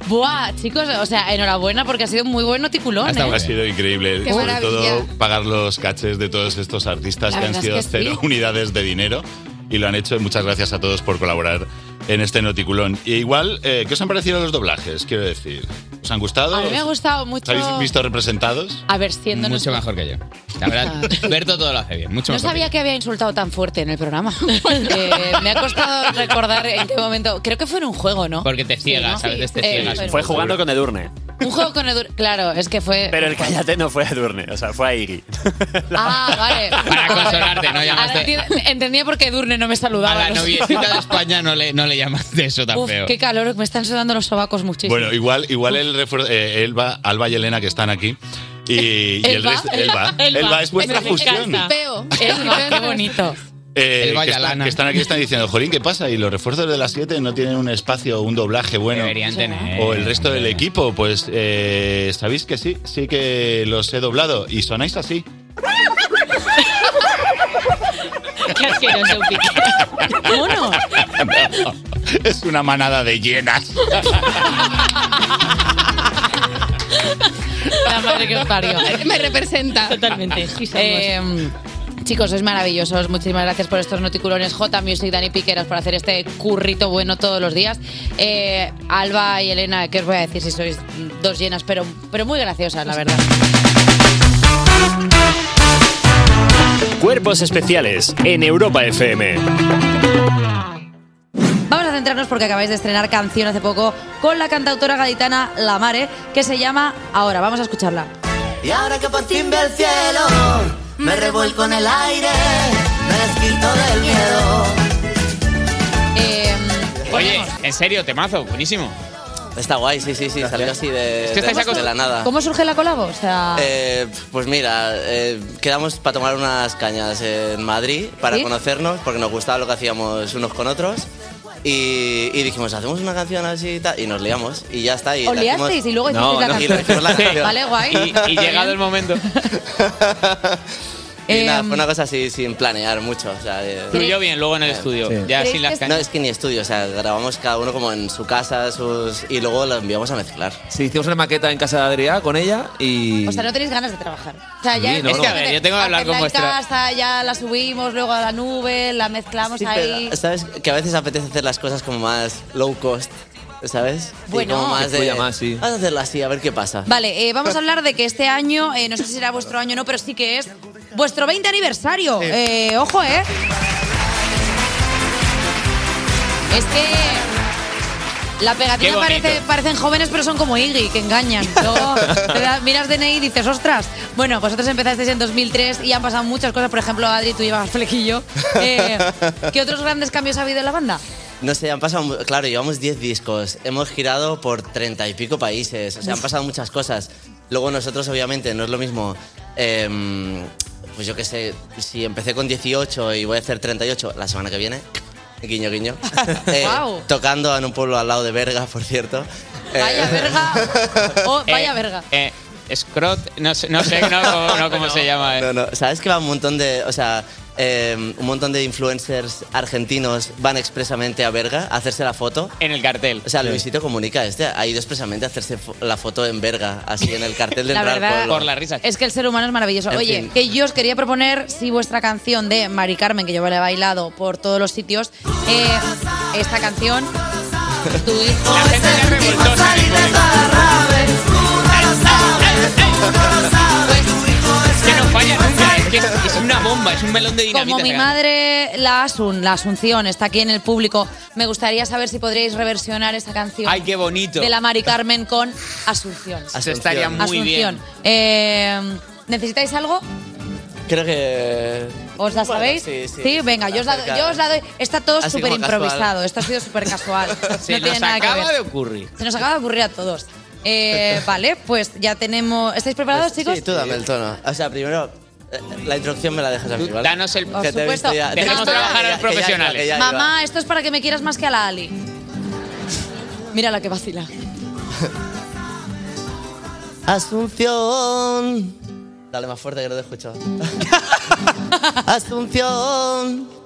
Speaker 2: Buah, chicos, o sea, enhorabuena porque ha sido un muy buen noticulón. ¿eh?
Speaker 5: Ha sido increíble,
Speaker 2: Qué
Speaker 5: sobre
Speaker 2: maravilla.
Speaker 5: todo pagar los caches de todos estos artistas
Speaker 2: La
Speaker 5: que han
Speaker 2: verdad
Speaker 5: sido
Speaker 2: es que
Speaker 5: cero
Speaker 2: sí.
Speaker 5: unidades de dinero y lo han hecho. Muchas gracias a todos por colaborar en este noticulón. Y igual, eh, ¿qué os han parecido los doblajes? Quiero decir, ¿os han gustado?
Speaker 2: A mí me ha gustado
Speaker 5: ¿Os
Speaker 2: mucho.
Speaker 5: habéis visto representados?
Speaker 2: A ver, siendo
Speaker 4: Mucho mejor que yo. (laughs) La verdad, Berto todo lo hace bien. Mucho
Speaker 2: No
Speaker 4: mejor.
Speaker 2: sabía que había insultado tan fuerte en el programa. (laughs) Eh, me ha costado recordar en qué momento. Creo que fue en un juego, ¿no?
Speaker 4: Porque te ciegas,
Speaker 2: Sí, ¿no?
Speaker 4: a veces te
Speaker 2: Sí, eh,
Speaker 4: ciegas.
Speaker 2: pero-
Speaker 17: Fue jugando con Edurne.
Speaker 2: Un juego con Edu. Claro, es que fue.
Speaker 17: Pero el cállate no fue a Edurne, o sea, fue a Iggy.
Speaker 2: Ah, vale.
Speaker 4: Para consolarte, no
Speaker 2: Ahora
Speaker 4: llamaste.
Speaker 2: enti- entendía por qué Durne no me saludaba.
Speaker 4: A la
Speaker 2: Lo
Speaker 4: noviecita de
Speaker 2: siento.
Speaker 4: España no le, no le llamaste eso tan
Speaker 2: Uf,
Speaker 4: feo.
Speaker 2: qué calor, me están sudando los sobacos muchísimo.
Speaker 5: Bueno, igual, igual el refuer- eh, Elba, Alba y Elena que están aquí. Y, y el
Speaker 11: Elba.
Speaker 5: resto- Elba, Elba es vuestra fusión.
Speaker 2: Elba, qué bonito.
Speaker 5: Eh,
Speaker 4: Elba y
Speaker 5: que, están,
Speaker 4: Alana.
Speaker 5: que están aquí están diciendo, Jolín, ¿qué pasa? Y los refuerzos de las 7 no tienen un espacio o un doblaje bueno.
Speaker 4: Deberían tener.
Speaker 5: O el resto del equipo, pues eh, sabéis que sí, sí que los he doblado y sonáis así.
Speaker 11: ¿Qué has
Speaker 2: asqueroso,
Speaker 5: (laughs)
Speaker 2: Upi. Monos.
Speaker 5: Es una manada de llenas.
Speaker 2: (laughs) La madre que os parió.
Speaker 7: Me representa.
Speaker 2: Totalmente. Eh, Chicos, sois maravillosos. Muchísimas gracias por estos noticulones. J Music, Dani Piqueras, por hacer este currito bueno todos los días. Eh, Alba y Elena, ¿qué os voy a decir si sois dos llenas, pero, pero muy graciosas, la verdad?
Speaker 1: Cuerpos especiales en Europa FM.
Speaker 2: Vamos a centrarnos porque acabáis de estrenar canción hace poco con la cantautora gaditana La Mare, que se llama Ahora. Vamos a escucharla.
Speaker 18: Y ahora que por fin ve el cielo, me revuelco en el aire, me desquito del miedo.
Speaker 4: Oye, en serio, temazo, buenísimo.
Speaker 19: Está guay, sí, sí, sí, salió así de,
Speaker 4: Es que
Speaker 19: de-
Speaker 4: estáis
Speaker 19: de la nada.
Speaker 2: ¿Cómo surge la colabo? O sea,
Speaker 19: Eh, pues mira, eh, quedamos para tomar unas cañas en Madrid para
Speaker 2: ¿Sí?
Speaker 19: conocernos, porque nos gustaba lo que hacíamos unos con otros. Y, y dijimos, hacemos una canción así y tal, y nos liamos. Y ya está. Y
Speaker 2: ¿Os
Speaker 19: la
Speaker 2: liasteis
Speaker 19: hicimos-
Speaker 2: y luego hicisteis la
Speaker 19: y la
Speaker 4: (laughs)
Speaker 2: canción?
Speaker 19: hicimos la canción.
Speaker 2: Vale, guay.
Speaker 19: Y- y llegado el
Speaker 4: momento.
Speaker 19: (laughs) Y
Speaker 2: Em,
Speaker 19: nada, fue una cosa así sin planear mucho. O sea, eh,
Speaker 4: Fluyó bien luego en el
Speaker 19: eh,
Speaker 4: estudio, ya sin las
Speaker 19: No,
Speaker 4: cañas.
Speaker 19: es que ni estudio, o sea, grabamos cada uno como en su casa sus, y luego lo enviamos a mezclar.
Speaker 20: Sí, hicimos una maqueta en casa de Adrián con ella y...
Speaker 2: o sea, no tenéis ganas de trabajar. O sea, ya
Speaker 20: Sí, no, Es que, no. a ver, yo tengo que hablar
Speaker 2: hacerla
Speaker 19: con
Speaker 2: en
Speaker 19: vuestra-
Speaker 2: casa, ya la subimos luego a la nube, la mezclamos
Speaker 19: Sí, pero,
Speaker 2: ahí.
Speaker 19: ¿Sabes? Que a veces apetece hacer las cosas como más low cost, ¿sabes? Y
Speaker 2: Bueno.
Speaker 19: como
Speaker 20: Que
Speaker 19: más de,
Speaker 20: fluya más, sí.
Speaker 19: Vamos a hacerlo así, a ver qué pasa.
Speaker 2: Vale, eh, vamos a hablar de que este año, eh, no sé si será vuestro año o no, pero sí que es vuestro 20 aniversario. Eh, ojo, ¿eh? Es que la
Speaker 11: Qué
Speaker 2: pegatina
Speaker 11: bonito.
Speaker 2: parece- parecen jóvenes, pero son como Iggy, que engañan. Luego te da- miras DNI y dices, ostras. Bueno, vosotros empezasteis en 2003 y han pasado muchas cosas. Por ejemplo, Adri, tú llevabas flequillo. Eh, ¿Qué otros grandes cambios ha habido en la banda?
Speaker 19: (laughs) No sé, han pasado. mu- Claro, llevamos 10 discos. Hemos girado por treinta y pico países. O sea, han pasado muchas cosas. Luego, nosotros, obviamente, no es lo mismo. em, pues yo qué sé, si empecé con 18 y voy a hacer 38 la semana que viene, guiño,
Speaker 2: (laughs)
Speaker 19: guiño. eh,
Speaker 2: Guau.
Speaker 19: Tocando en un pueblo al lado de Berga, por cierto.
Speaker 2: Vaya verga. Oh, vaya
Speaker 19: Eh,
Speaker 2: verga.
Speaker 4: Eh, Scrot, no sé, no sé no, cómo- no cómo se llama. eh.
Speaker 19: No, no, sabes que va un montón de, o sea, eh, un montón de influencers argentinos van expresamente a Berga a hacerse la foto.
Speaker 4: En el cartel.
Speaker 19: O sea,
Speaker 4: Sí.
Speaker 19: Luisito comunica este, ha ido expresamente a hacerse fo- la foto en Berga, así en el cartel de
Speaker 2: La
Speaker 19: entrar al
Speaker 2: verdad- eh,
Speaker 19: pueblo.
Speaker 2: Por la
Speaker 4: risa.
Speaker 2: Es que el ser humano es maravilloso.
Speaker 19: En
Speaker 2: Oye,
Speaker 19: fin.
Speaker 2: que yo os quería proponer si vuestra canción de Mari Carmen, que yo la he bailado por todos los sitios, eh, esta canción, tu hijo.
Speaker 4: Es que no falla nunca, es que es, es una bomba, es un melón de dinamita.
Speaker 2: Como mi
Speaker 4: pegando.
Speaker 2: madre, la Asun, la Asunción, está aquí en el público, me gustaría saber si podríais reversionar esa canción
Speaker 4: Ay, qué bonito.
Speaker 2: de la Mari Carmen con Asunción.
Speaker 4: Eso estaría muy
Speaker 2: Asunción.
Speaker 4: bien.
Speaker 2: Eh, ¿Necesitáis algo?
Speaker 19: Creo que...
Speaker 2: ¿Os la
Speaker 19: Bueno,
Speaker 2: sabéis?
Speaker 19: sí, sí.
Speaker 2: venga, yo os, la,
Speaker 19: Acerca-
Speaker 2: yo os la doy. Está todo
Speaker 19: Así como
Speaker 2: súper improvisado,
Speaker 19: casual.
Speaker 2: esto ha sido súper casual.
Speaker 4: Se
Speaker 2: no tiene
Speaker 4: nos
Speaker 2: nada que
Speaker 4: acaba de
Speaker 2: ver.
Speaker 4: ocurrir.
Speaker 2: Se nos acaba de ocurrir a todos.
Speaker 19: (laughs)
Speaker 2: Eh, vale, pues ya tenemos. ¿Estáis preparados, chicos?
Speaker 19: Pues, Sí, tú dame el tono. O sea, primero, eh, la introducción me la dejas a mí, ¿vale?
Speaker 4: Danos el...
Speaker 2: Por supuesto.
Speaker 4: Dejemos trabajar a los profesionales.
Speaker 2: Mamá, esto es para que me quieras más que a la Ali. Mira la que vacila.
Speaker 19: Asunción. Dale más fuerte que no te escucho. Asunción.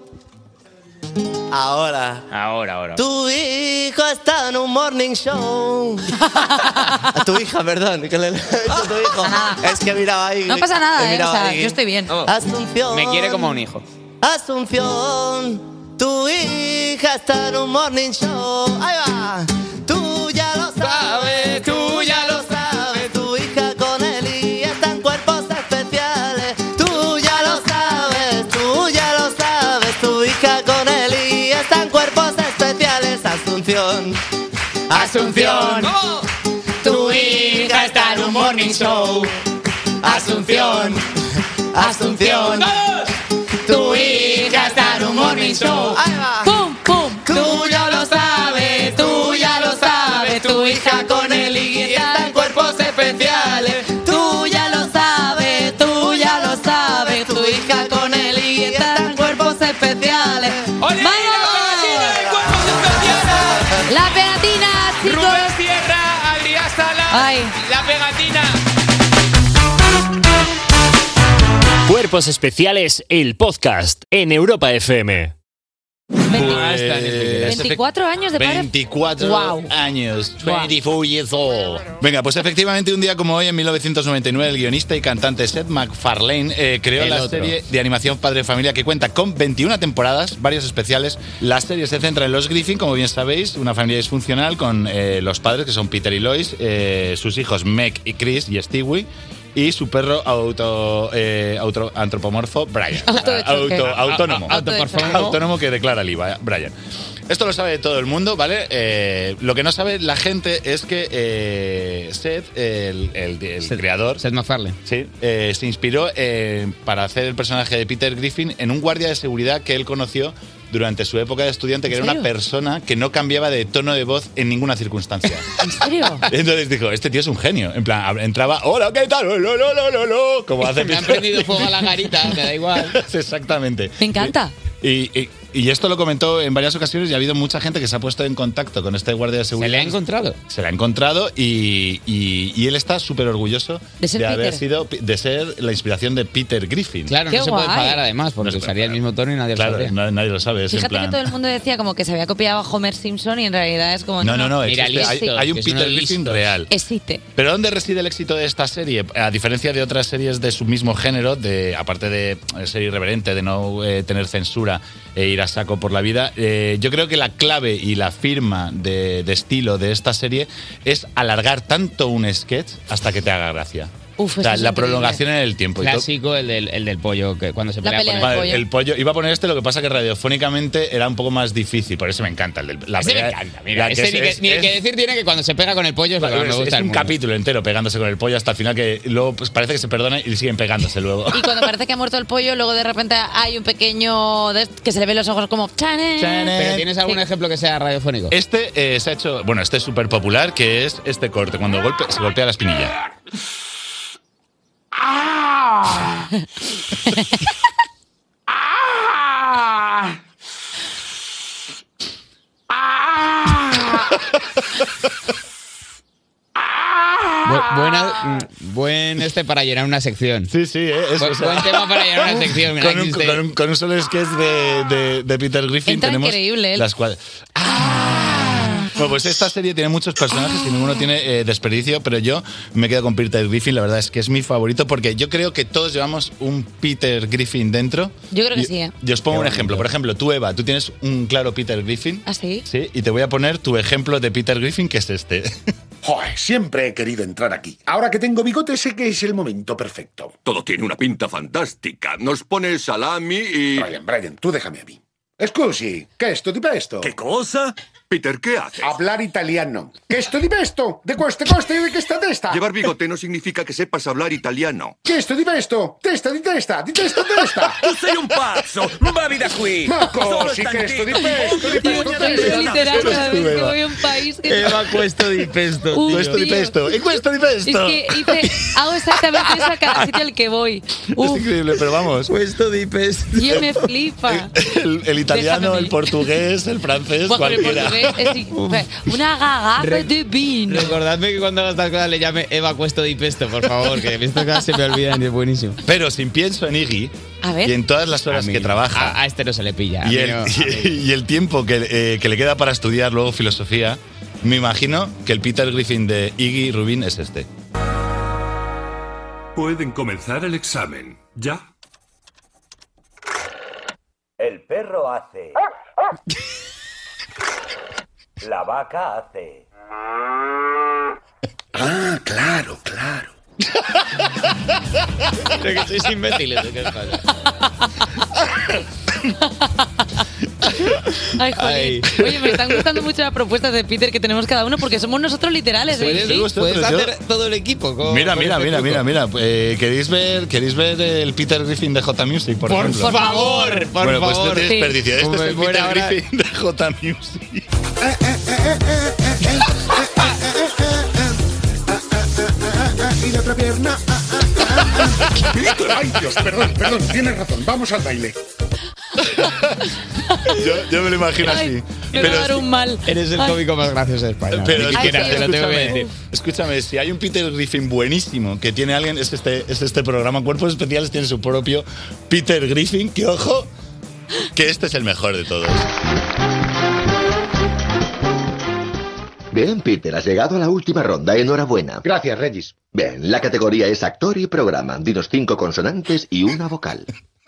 Speaker 19: Ahora.
Speaker 4: Ahora, ahora.
Speaker 19: Tu hijo está en un morning
Speaker 2: (laughs)
Speaker 19: show. A tu hija, perdón, que le he
Speaker 4: (laughs)
Speaker 19: dicho a tu hijo. Es que miraba ahí.
Speaker 2: No pasa nada,
Speaker 19: he
Speaker 2: ¿eh? O
Speaker 19: mirado
Speaker 2: sea,
Speaker 19: ahí.
Speaker 2: yo estoy bien.
Speaker 19: Asunción.
Speaker 4: Me quiere como un hijo.
Speaker 19: Asunción, tu hija está en un morning show. Ahí va. Tú ya lo sabes, tú ya lo sabes. Tu hija con Eli está en cuerpos especiales. Tú ya lo sabes, tú ya lo sabes. Tu hija con Eli está en cuerpos especiales. Asunción, Asunción. Tu hija está en un morning show. Asunción, Asunción. Tu hija está en un morning show. Ahí va.
Speaker 2: ¡Pum, pum!
Speaker 19: Tú ya lo sabes, tú ya lo sabes. Tu hija con el está en cuerpos especiales. Tú ya lo sabes, tú ya lo sabes. Tu hija con el está en cuerpos especiales.
Speaker 2: ¡Vamos! ¡La pegatina, chicos!
Speaker 4: Rubén Sierra, Adrián Sala,
Speaker 2: Ay.
Speaker 4: la pegatina.
Speaker 1: Cuerpos Especiales, el podcast en Europa FM.
Speaker 5: Pues-
Speaker 2: 24 años de padre.
Speaker 5: 24
Speaker 2: Wow.
Speaker 5: años. 24 years old. Venga, pues efectivamente un día como hoy, en 1999, el guionista y cantante Seth MacFarlane eh, creó
Speaker 3: El
Speaker 5: la
Speaker 3: otro.
Speaker 5: serie de animación Padre de Familia que cuenta con 21 temporadas, varios especiales. La serie se centra en los Griffin, como bien sabéis, una familia disfuncional con eh, los padres que son Peter y Lois, eh, sus hijos Meg y Chris y Stewie. Y su perro auto, eh, auto- antropomorfo, Brian.
Speaker 3: (laughs)
Speaker 11: Autodechoque.
Speaker 5: Auto-
Speaker 12: Ah,
Speaker 5: autónomo.
Speaker 11: A- a- autodechoque.
Speaker 5: Autónomo que declara el IVA, eh, Brian. Esto lo sabe todo el mundo, ¿vale? Eh, lo que no sabe la gente es que eh, Seth, el, el- el creador. Seth
Speaker 4: MacFarlane.
Speaker 5: Sí. eh, se inspiró eh, para hacer el personaje de Peter Griffin en un guardia de seguridad que él conoció durante su época de estudiante, que
Speaker 11: ¿En
Speaker 5: era una
Speaker 11: serio?
Speaker 5: persona que no cambiaba de tono de voz en ninguna circunstancia.
Speaker 2: ¿En serio?
Speaker 5: Entonces dijo, este tío es un genio. En plan, ab- entraba, hola, ¿qué tal? Lo, lo, lo, lo, lo", Como
Speaker 4: (laughs)
Speaker 5: hace
Speaker 4: Me han prendido fuego a la garita, me da igual.
Speaker 5: (laughs) Exactamente.
Speaker 2: Me encanta.
Speaker 5: Y, y- y esto lo comentó en varias ocasiones y ha habido mucha gente que se ha puesto en contacto con este guardia de seguridad. ¿Se le ha
Speaker 4: encontrado?
Speaker 5: Se le ha encontrado y, y- y él está súper orgulloso
Speaker 4: De ser
Speaker 5: haber
Speaker 4: Peter.
Speaker 5: sido, pi- de ser la inspiración de Peter Griffin.
Speaker 4: Claro, no Qué se puede guay. pagar, además, porque
Speaker 5: usaría el mismo tono y nadie lo sabe. nadie lo sabe, es en
Speaker 2: Fíjate
Speaker 5: plan-
Speaker 2: que todo el mundo decía como que se había copiado a Homer Simpson y en realidad es como.
Speaker 5: No, no, no, existe, hay,
Speaker 2: existe.
Speaker 5: hay un Peter Griffin real.
Speaker 2: Existe.
Speaker 5: Pero ¿dónde reside el éxito de esta serie? A diferencia de otras series de su mismo género, de aparte de ser irreverente, de no eh, tener censura e ir a saco por la vida, eh, yo creo que la clave y la firma de, de estilo de esta serie es alargar tanto un sketch hasta que te haga gracia.
Speaker 2: Uf,
Speaker 5: O sea,
Speaker 2: eso es
Speaker 5: la
Speaker 2: increíble.
Speaker 5: prolongación en el tiempo. y todo-
Speaker 4: Clásico, el del, el del pollo, que cuando se
Speaker 2: La
Speaker 4: pelea
Speaker 2: pelea
Speaker 4: con
Speaker 5: Vale,
Speaker 4: el
Speaker 5: el, pollo. Iba a poner este, lo que pasa que radiofónicamente era un poco más difícil, por eso me encanta. El del- la
Speaker 4: Ese me
Speaker 5: pelea-
Speaker 4: encanta, mira.
Speaker 5: la que
Speaker 4: ese
Speaker 5: es-
Speaker 4: ni, que,
Speaker 5: es-
Speaker 4: ni el
Speaker 5: es-
Speaker 4: que decir tiene que cuando se pega con el pollo es lo que más
Speaker 5: es,
Speaker 4: me gusta.
Speaker 5: es
Speaker 4: del
Speaker 5: un
Speaker 4: mundo.
Speaker 5: capítulo entero pegándose con el pollo hasta el final que luego pues, parece que se perdona y siguen
Speaker 4: (laughs)
Speaker 5: pegándose luego.
Speaker 2: Y cuando parece que ha muerto el pollo, luego de repente hay un pequeño. de- que se le ven los ojos como. "Chanen".
Speaker 4: Pero tienes algún ejemplo que sea radiofónico.
Speaker 5: Este eh, se ha hecho, bueno, este es súper popular, que es este corte, cuando golpe, se golpea la espinilla.
Speaker 2: Ah.
Speaker 4: Bu- buena, mm, buen este para llenar una sección.
Speaker 5: Sí, sí, eh,
Speaker 4: buen, buen tema para llenar una sección.
Speaker 5: Con un, con un- con un solo sketch de, de- de Peter Griffin
Speaker 2: Entra
Speaker 5: tenemos
Speaker 2: increíble, él.
Speaker 5: las cuadras. Bueno, pues esta serie tiene muchos personajes y ninguno tiene eh, desperdicio, pero yo me quedo con Peter Griffin, la verdad es que es mi favorito porque yo creo que todos llevamos un Peter Griffin dentro.
Speaker 2: Yo creo que
Speaker 5: Y-
Speaker 2: sí, ¿eh?
Speaker 5: Y os pongo un ejemplo. Por ejemplo, tú, Eva, tú tienes un claro Peter Griffin.
Speaker 2: ¿Ah, sí?
Speaker 5: Sí, y te voy a poner tu ejemplo de Peter Griffin, que es este.
Speaker 21: (laughs) Joder, siempre he querido entrar aquí. Ahora que tengo bigote sé que es el momento perfecto.
Speaker 10: Todo tiene una pinta fantástica. Nos pone salami y...
Speaker 21: Brian, Brian, tú déjame a mí. Scusi, ¿qué esto di pesto? ¿Qué
Speaker 10: cosa? Peter, ¿qué haces?
Speaker 21: Hablar italiano. ¿Qué esto di pesto? ¿De cueste coste de que esta testa?
Speaker 10: Llevar bigote no significa que sepas hablar italiano.
Speaker 21: ¿Qué esto di pesto? Testa di testa, di testa testa.
Speaker 10: Tu sei un pazzo! Non (laughs) va da qui!
Speaker 21: Ma così
Speaker 10: Solo
Speaker 21: che sto di
Speaker 10: stanchino.
Speaker 21: pesto, di pesto,
Speaker 10: Io
Speaker 21: di pesto.
Speaker 2: Literal,
Speaker 5: Eres
Speaker 2: cada
Speaker 5: tú,
Speaker 2: vez que
Speaker 5: Eva.
Speaker 2: voy a un país que.
Speaker 5: Eva, cuesto di pesto.
Speaker 2: Uy,
Speaker 5: Cuesto di
Speaker 2: tío.
Speaker 5: pesto. Y cuesto di pesto.
Speaker 2: Es que hice, hago exactamente eso a cada sitio al que voy.
Speaker 5: Es increíble, pero vamos. Cuesto di pesto.
Speaker 2: Yo me
Speaker 5: Eh,
Speaker 2: flipa.
Speaker 5: El, el italiano, el portugués, el
Speaker 4: Pues
Speaker 5: francés,
Speaker 2: Buah, con el
Speaker 5: cualquiera.
Speaker 2: portugués es in- una gaga
Speaker 4: Re-
Speaker 2: de vino.
Speaker 4: Recordadme que cuando haga estas cosas le llame Eva Cuesto de Pesto, por favor, que estas cosas se me olvidan y es buenísimo.
Speaker 5: Pero sin pienso en Iggy
Speaker 2: A ver.
Speaker 5: y en todas las horas que trabaja.
Speaker 4: A, a este no se le pilla. a
Speaker 5: (laughs)
Speaker 4: mí
Speaker 5: y el,
Speaker 4: no, a
Speaker 5: y, y el tiempo que, eh, que le queda para estudiar luego filosofía, me imagino que el Peter Griffin de Iggy Rubin es este.
Speaker 10: Pueden comenzar el examen. ¿Ya?
Speaker 22: El perro hace. La vaca hace.
Speaker 4: (laughs)
Speaker 21: Ah, claro, claro.
Speaker 4: Creo que sois imbéciles. ¿o ¿Qué os pasa?
Speaker 2: Ay, joder. Oye, me están gustando mucho las propuestas de Peter que tenemos cada uno porque somos nosotros literales. ¿eh?
Speaker 4: Puedes,
Speaker 5: sí,
Speaker 4: puedes
Speaker 5: vosotros,
Speaker 4: hacer todo el equipo. con-
Speaker 5: Mira,
Speaker 4: con
Speaker 5: mira,
Speaker 4: este
Speaker 5: mira,
Speaker 4: truco.
Speaker 5: mira, mira. Eh, ¿queréis, ver, ¿Queréis ver el Peter Griffin de J Music, por,
Speaker 4: Por
Speaker 5: ejemplo?
Speaker 4: favor, por
Speaker 5: bueno, pues no
Speaker 4: favor.
Speaker 5: tienes
Speaker 4: Sí.
Speaker 5: desperdicio. Este
Speaker 4: Hombre,
Speaker 5: es el
Speaker 4: fuera
Speaker 5: Peter
Speaker 4: ahora.
Speaker 5: Griffin de J Music.
Speaker 21: Y la otra pierna. Víctor, ay Dios, perdón, perdón, tienes razón, vamos al baile.
Speaker 5: Yo, yo me lo imagino
Speaker 2: Ay,
Speaker 5: así.
Speaker 2: me va a dar un mal.
Speaker 4: Eres el
Speaker 2: Ay.
Speaker 4: cómico más gracioso de España.
Speaker 5: Pero
Speaker 4: Ni
Speaker 5: es que-
Speaker 4: siquiera te lo tengo que
Speaker 5: escúchame,
Speaker 4: decir.
Speaker 5: escúchame, si hay un Peter Griffin buenísimo que tiene alguien, es este, es este programa. Cuerpos Especiales tiene su propio Peter Griffin, que ojo, que este es el mejor de todos.
Speaker 6: Bien, Peter, has llegado a la última ronda. Enhorabuena. Gracias, Regis. Bien, la categoría es actor y programa. Dinos cinco consonantes y una vocal.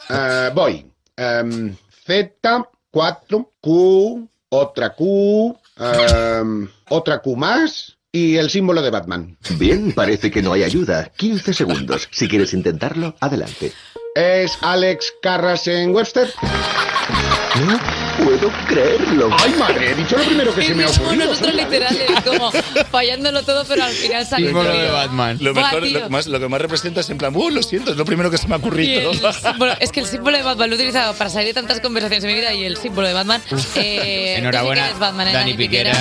Speaker 21: Eh, voy. Em, Z, 4, Q, otra Q, em, otra Q más y el símbolo de Batman.
Speaker 6: Bien, parece que no hay ayuda. 15 segundos. Si quieres intentarlo, adelante.
Speaker 21: ¿Es Alex Carras en Webster?
Speaker 6: No puedo creerlo.
Speaker 21: ¡Ay, madre! He dicho lo primero que
Speaker 2: Es
Speaker 21: se me ha
Speaker 2: mismo
Speaker 21: ocurrido.
Speaker 2: nosotros literales, como fallándolo todo, pero al final sale
Speaker 5: Símbolo de
Speaker 2: Batman.
Speaker 5: Lo,
Speaker 2: Buah,
Speaker 5: mejor,
Speaker 2: tío.
Speaker 5: lo, que más, lo que más representa es en plan, ¡uh, lo siento! Es lo primero que se me ha
Speaker 2: Y
Speaker 5: ocurrido.
Speaker 2: el símbolo- es que el símbolo de Batman lo he utilizado para salir de tantas conversaciones en mi vida y el símbolo de Batman. eh,
Speaker 4: Enhorabuena,
Speaker 2: dice que es Batman, eh,
Speaker 4: Dani Piqueras.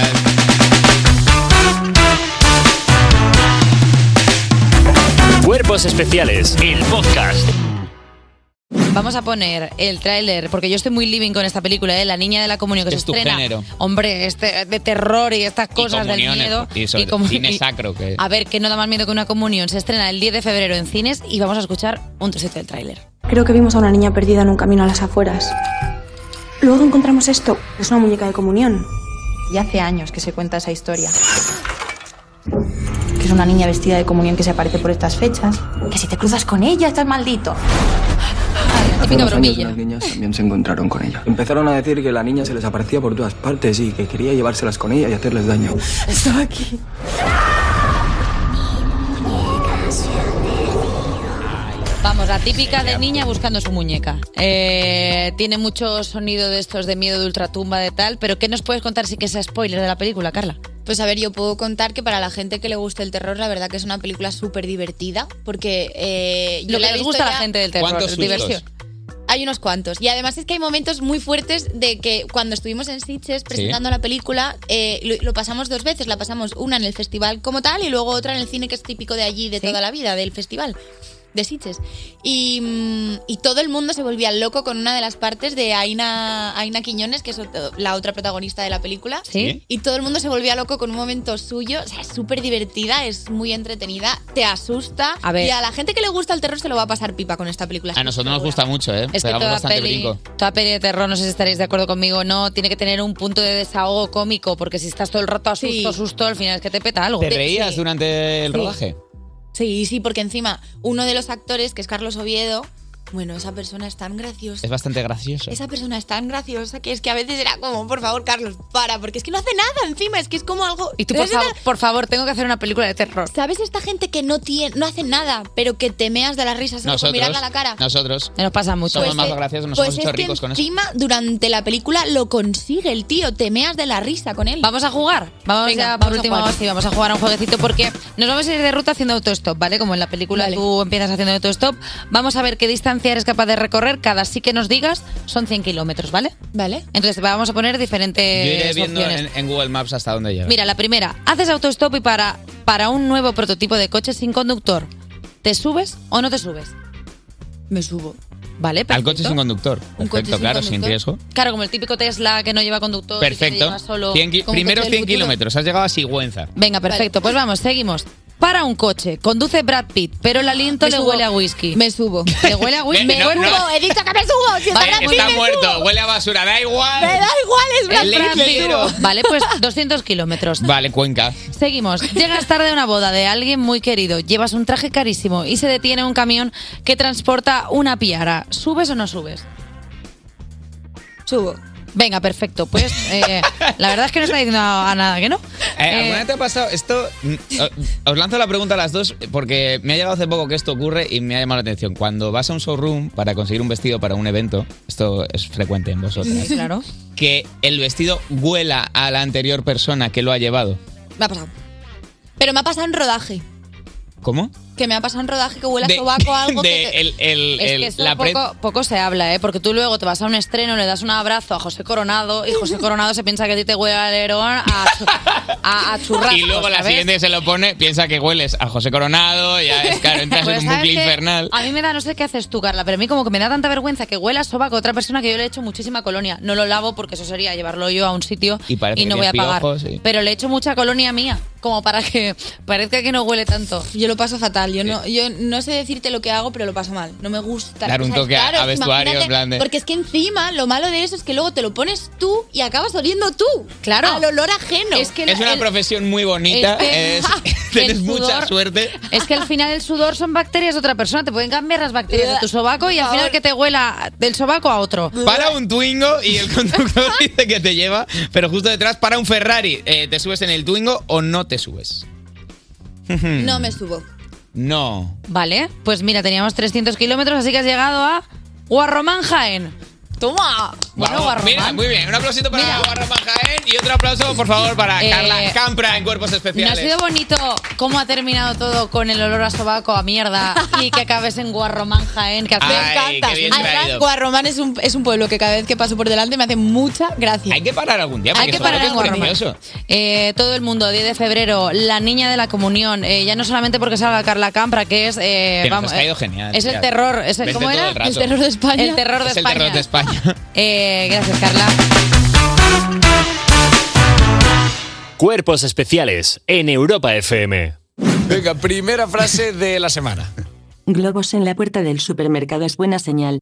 Speaker 1: Cuerpos especiales, el podcast.
Speaker 2: Vamos a poner el tráiler, porque yo estoy muy living con esta película, ¿eh? La niña de la comunión que
Speaker 4: Este
Speaker 2: se
Speaker 4: es tu
Speaker 2: estrena.
Speaker 4: género.
Speaker 2: Hombre, este de terror y estas (laughs) cosas del
Speaker 4: comuniones,
Speaker 2: miedo.
Speaker 4: y sobre-
Speaker 2: comu-
Speaker 4: cine
Speaker 2: y-
Speaker 4: sacro, que-
Speaker 2: A ver, que no da más miedo que una comunión. Se estrena el 10 de febrero en cines y vamos a escuchar un trocito del tráiler.
Speaker 8: Creo que vimos a una niña perdida en un camino a las afueras. Luego encontramos esto. Es una muñeca de comunión.
Speaker 23: Y hace años que se cuenta esa historia. Que es una niña vestida de comunión que se aparece por estas fechas. Que si te cruzas con ella estás maldito.
Speaker 24: Hace unos años unas niñas también se encontraron con ella. Empezaron a decir que la niña se les aparecía por todas partes y que quería llevárselas con ella y hacerles daño.
Speaker 23: Estaba aquí.
Speaker 2: Vamos, la típica de niña buscando su muñeca. Eh, tiene mucho sonido de estos de miedo de ultratumba, de tal, pero ¿qué nos puedes contar si que sea spoiler de la película, Carla?
Speaker 25: Pues a ver, yo puedo contar que para la gente que le gusta el terror, la verdad que es una película súper divertida, porque eh, yo
Speaker 2: Lo
Speaker 25: la
Speaker 2: que
Speaker 25: he visto
Speaker 2: les gusta a la
Speaker 25: ya-
Speaker 2: gente del terror,
Speaker 25: ¿Cuántos sustos?
Speaker 2: diversión.
Speaker 25: Hay unos cuantos. Y además es que hay momentos muy fuertes de que cuando estuvimos en Sitges presentando la película, eh, lo, lo pasamos dos veces. La pasamos una en el festival como tal y luego otra en el cine que es típico de allí, de toda la vida, del festival de Sitges. Y, mm, y todo el mundo se volvía loco con una de las partes de Aina, Aina Quiñones, que es ot- la otra protagonista de la película.
Speaker 2: Sí.
Speaker 25: Y todo el mundo se volvía loco con un momento suyo. O sea, es súper divertida, es muy entretenida, te asusta.
Speaker 4: A ver.
Speaker 25: Y a la gente que le gusta el terror se lo va a pasar pipa con esta película.
Speaker 4: A
Speaker 2: Ah,
Speaker 4: nosotros nos gusta mucho, ¿eh?
Speaker 2: Es que
Speaker 4: Pegamos
Speaker 2: toda
Speaker 4: bastante
Speaker 2: peli,
Speaker 4: brinco.
Speaker 2: toda peli de terror, no sé si estaréis de acuerdo conmigo o no, tiene que tener un punto de desahogo cómico, porque si estás todo el rato a susto, susto, al final es que te peta algo.
Speaker 4: ¿Te reías durante el
Speaker 25: Sí.
Speaker 4: rodaje?
Speaker 25: Sí, sí, porque encima uno de los actores, que es Carlos Oviedo, bueno, esa persona es tan graciosa.
Speaker 4: Es bastante gracioso.
Speaker 25: Esa persona es tan graciosa que es que a veces era como, por favor, Carlos, para, porque es que no hace nada encima, es que es como algo...
Speaker 2: Y tú, por,
Speaker 25: Es una-
Speaker 2: favor, por favor, tengo que hacer una película de terror.
Speaker 25: ¿Sabes esta gente que no tiene, no hace nada, pero que temeas de las risas solo con mirarla a la cara?
Speaker 4: Nosotros.
Speaker 2: Nos pasa mucho.
Speaker 4: Somos
Speaker 25: Pues
Speaker 4: más
Speaker 25: es-
Speaker 4: graciosos, nos
Speaker 25: pues
Speaker 4: hemos
Speaker 25: es
Speaker 4: hecho
Speaker 25: que
Speaker 4: ricos con eso.
Speaker 25: encima, durante la película lo consigue el tío, temeas de la risa con él. Vamos
Speaker 2: a jugar. Vamos ya por última vez sí, vamos a jugar a un jueguecito porque nos vamos a ir de ruta haciendo autostop, ¿vale? Como en la película tú empiezas haciendo autostop. Vamos a ver qué distancia eres capaz de recorrer. Cada sí que nos digas son 100 kilómetros, ¿vale?
Speaker 25: Vale.
Speaker 2: Entonces vamos a poner
Speaker 4: Yo iré
Speaker 2: diferentes
Speaker 4: viendo
Speaker 2: opciones.
Speaker 4: en, en Google Maps hasta dónde llega.
Speaker 2: Mira, la primera, haces autostop y para, para un nuevo prototipo de coche sin conductor, ¿te subes o no te subes?
Speaker 25: Me subo.
Speaker 2: Vale,
Speaker 4: Al coche sin conductor.
Speaker 2: Un coche
Speaker 4: Perfecto,
Speaker 2: sin
Speaker 4: claro,
Speaker 2: conductor.
Speaker 4: sin riesgo.
Speaker 2: Claro, como el típico Tesla que no lleva conductor. y que te
Speaker 4: Perfecto.
Speaker 2: lleva solo-
Speaker 4: 100 ki-
Speaker 2: como un
Speaker 4: primeros
Speaker 2: coche del
Speaker 4: 100
Speaker 2: futuro.
Speaker 4: kilómetros. Has llegado a Sigüenza.
Speaker 2: Venga, perfecto. Pues vamos, seguimos. Para un coche, conduce Brad Pitt, pero el aliento
Speaker 25: Me
Speaker 2: le
Speaker 25: subo.
Speaker 2: huele a whisky.
Speaker 25: Me subo.
Speaker 2: (laughs) Le huele a whisky.
Speaker 4: Me- no, no.
Speaker 25: he dicho que me subo. Si
Speaker 4: Vale, está muerto, huele a basura, da igual.
Speaker 25: Me da igual, es Brad
Speaker 4: El
Speaker 25: Pitt, me
Speaker 4: libro.
Speaker 25: subo.
Speaker 2: Vale, pues 200 kilómetros.
Speaker 4: Vale, Cuenca.
Speaker 2: Seguimos. Llegas tarde a una boda de alguien muy querido, llevas un traje carísimo y se detiene un camión que transporta una piara. ¿Subes o no subes?
Speaker 25: Subo.
Speaker 2: Venga, perfecto. Pues eh, la verdad es que no está diciendo a a nada que no.
Speaker 4: Eh,
Speaker 2: Eh,
Speaker 4: ¿Alguna vez te ha pasado esto? mm, o- Os lanzo la pregunta a las dos porque me ha llegado hace poco que esto ocurre y me ha llamado la atención. Cuando vas a un showroom para conseguir un vestido para un evento, esto es frecuente en vosotros,
Speaker 2: Claro.
Speaker 4: que el vestido huela a la anterior persona que lo ha llevado.
Speaker 25: Me ha pasado. Pero me ha pasado en rodaje.
Speaker 4: ¿Cómo?
Speaker 25: que me ha pasado en rodaje que huele a
Speaker 2: De-
Speaker 4: (laughs)
Speaker 25: sobaco o algo. que te-
Speaker 4: el, el-
Speaker 2: Es
Speaker 4: el-
Speaker 2: que esto
Speaker 4: la pre-
Speaker 2: poco, poco se habla, ¿eh? Porque tú luego te vas a un estreno, le das un abrazo a José Coronado y José Coronado se piensa que a ti te huele a alerón a, chu- a, a churrasco,
Speaker 4: Y luego la
Speaker 2: ¿sabes?
Speaker 4: siguiente que se lo pone, piensa que hueles a José Coronado,
Speaker 2: (laughs)
Speaker 4: ya es claro, entras
Speaker 2: Pues,
Speaker 4: en un
Speaker 2: ¿sabes
Speaker 4: bucle
Speaker 2: qué?
Speaker 4: infernal.
Speaker 2: A mí me da, no sé qué haces tú, Carla, pero a mí como que me da tanta vergüenza que huela a sobaco a otra persona que yo le he hecho muchísima colonia. No lo lavo porque eso sería llevarlo yo a un sitio
Speaker 4: Y
Speaker 2: y,
Speaker 4: parece que
Speaker 2: no voy a
Speaker 4: tienes
Speaker 2: pagar.
Speaker 4: piojos, sí.
Speaker 2: Pero le he hecho mucha colonia mía, como para que parezca que no huele tanto.
Speaker 25: Yo lo paso fatal, yo no, yo no sé decirte lo que hago, pero lo paso mal. No me gusta.
Speaker 4: Dar un toque a- a vestuario,
Speaker 25: imagínate,
Speaker 4: en plan de-
Speaker 25: Porque es que encima lo malo de eso es que luego te lo pones tú y acabas oliendo tú. Claro. Al olor ajeno. Es
Speaker 4: es una profesión muy bonita,
Speaker 2: es que- (laughs)
Speaker 4: es- (laughs) tienes
Speaker 2: el
Speaker 4: mucha
Speaker 2: sudor-
Speaker 4: suerte.
Speaker 2: Es que al final el sudor son bacterias de otra persona, te pueden cambiar las bacterias de tu sobaco y al final que te huela del sobaco a otro.
Speaker 4: Para un Twingo y el (laughs) conductor dice que te lleva, pero justo detrás para un Ferrari. Eh, ¿Te subes en el Twingo o no te subes? Mm.
Speaker 25: No me subo.
Speaker 4: No.
Speaker 2: Vale, pues mira, teníamos 300 kilómetros, así que has llegado a Guarromán Jaén. ¡Toma! Bueno,
Speaker 4: Vamos.
Speaker 2: Guarromán.
Speaker 4: Mira, muy bien. Un aplausito para Guarromán Jaén y otro aplauso, por favor, para
Speaker 2: Eh,
Speaker 4: Carla Campra en Cuerpos
Speaker 2: ¿No ha
Speaker 4: Especiales.
Speaker 2: sido bonito cómo ha terminado todo con el olor a sobaco,
Speaker 4: (laughs)
Speaker 2: a mierda, y que acabes en Guarromán Jaén? Que
Speaker 4: Ay, Me encanta. qué bien
Speaker 25: Además,
Speaker 4: traído.
Speaker 25: Guarromán es un, es un pueblo que cada vez que paso por delante me hace mucha gracia.
Speaker 4: Hay que parar algún día porque
Speaker 25: Hay que
Speaker 4: seguro
Speaker 25: parar
Speaker 4: que es
Speaker 25: en Guarromán.
Speaker 4: precioso.
Speaker 2: Eh, todo el mundo, 10 de febrero, la niña de la comunión, eh, ya no solamente porque salga Carla Campra, que es... eh,
Speaker 4: Que nos has
Speaker 2: eh,
Speaker 4: caído genial,
Speaker 2: Es el
Speaker 4: tía.
Speaker 2: terror, es el,
Speaker 4: Vente
Speaker 2: ¿cómo
Speaker 4: todo
Speaker 2: era?
Speaker 4: el rato. El terror de España.
Speaker 2: El terror de
Speaker 4: es el
Speaker 2: España.
Speaker 4: terror de España.
Speaker 2: Eh, gracias, Carla.
Speaker 1: Cuerpos especiales en Europa FM.
Speaker 9: Venga, primera frase de la semana.
Speaker 13: Globos en la puerta del supermercado es buena señal.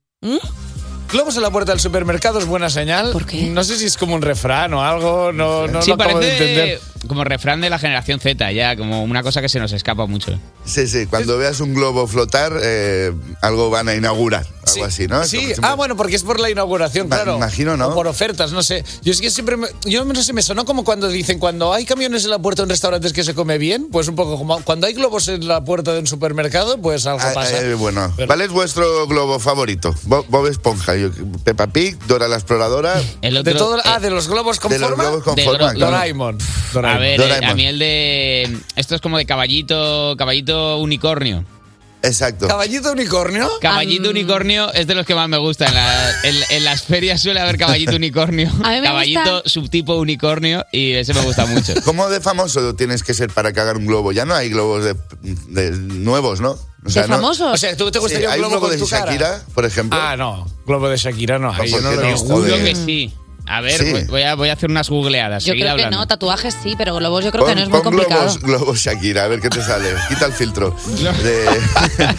Speaker 9: Globos en la puerta del supermercado es buena señal. ¿Por qué? No sé si es como un refrán o algo, no, no
Speaker 4: sí,
Speaker 9: lo acabo
Speaker 4: parece
Speaker 9: de entender.
Speaker 4: como refrán de la generación Z, ya, como una cosa que se nos escapa mucho.
Speaker 14: Sí, sí, cuando veas un globo flotar, eh, algo van a inaugurar, algo así, ¿no?
Speaker 9: Sí, ah, bueno, porque es por la inauguración, claro.
Speaker 14: imagino, ¿no?
Speaker 9: O por ofertas, no sé. Yo es que siempre, me- yo no sé, me sonó como cuando dicen, cuando hay camiones en la puerta de un restaurante es que se come bien, pues un poco como cuando hay globos en la puerta de un supermercado, pues algo
Speaker 14: Ah,
Speaker 9: pasa.
Speaker 14: eh, bueno,
Speaker 9: Pero-
Speaker 14: ¿cuál es vuestro globo favorito? Bo- Bob Esponja, yo- Peppa Pig, Dora la Exploradora.
Speaker 9: de todo, ah, de los globos con
Speaker 14: de los
Speaker 9: forma.
Speaker 14: globos con
Speaker 9: de
Speaker 14: forma,
Speaker 9: Dora-
Speaker 14: claro.
Speaker 9: Doraemon.
Speaker 4: A ver, eh,
Speaker 14: Doraemon.
Speaker 4: a mí el de. Esto es como de caballito, caballito unicornio.
Speaker 14: Exacto.
Speaker 9: ¿Caballito unicornio?
Speaker 4: Caballito unicornio es de los que más me gusta. En, la- en- en las ferias suele haber caballito unicornio.
Speaker 2: (laughs) A mí me
Speaker 4: caballito
Speaker 2: gusta-
Speaker 4: subtipo unicornio y ese Este me gusta mucho.
Speaker 14: (laughs) ¿Cómo de famoso tienes que ser para cagar un globo? Ya no hay globos de, de nuevos, ¿no? O
Speaker 9: ¿De
Speaker 14: no-
Speaker 9: famosos? O sea, ¿tú te gustaría un
Speaker 14: ¿Hay
Speaker 9: globo
Speaker 14: globo
Speaker 9: con
Speaker 14: de
Speaker 9: tu cara?
Speaker 14: Shakira, por ejemplo?
Speaker 9: Ah, no. Globo de Shakira no.
Speaker 14: No,
Speaker 9: ahí
Speaker 14: ¿por
Speaker 9: no
Speaker 14: qué
Speaker 9: lo
Speaker 14: no?
Speaker 9: veo.
Speaker 4: Seguro
Speaker 14: Joder.
Speaker 4: que sí. A ver, voy- voy, a, voy a hacer unas googleadas.
Speaker 2: Yo
Speaker 4: Seguid
Speaker 2: creo que
Speaker 4: hablando.
Speaker 2: no, tatuajes sí, pero globos yo creo que
Speaker 14: Pon-
Speaker 2: no es muy
Speaker 14: pon
Speaker 2: complicado.
Speaker 14: Globos, globos Shakira, a ver qué te sale. Quita el filtro. De-
Speaker 9: (laughs)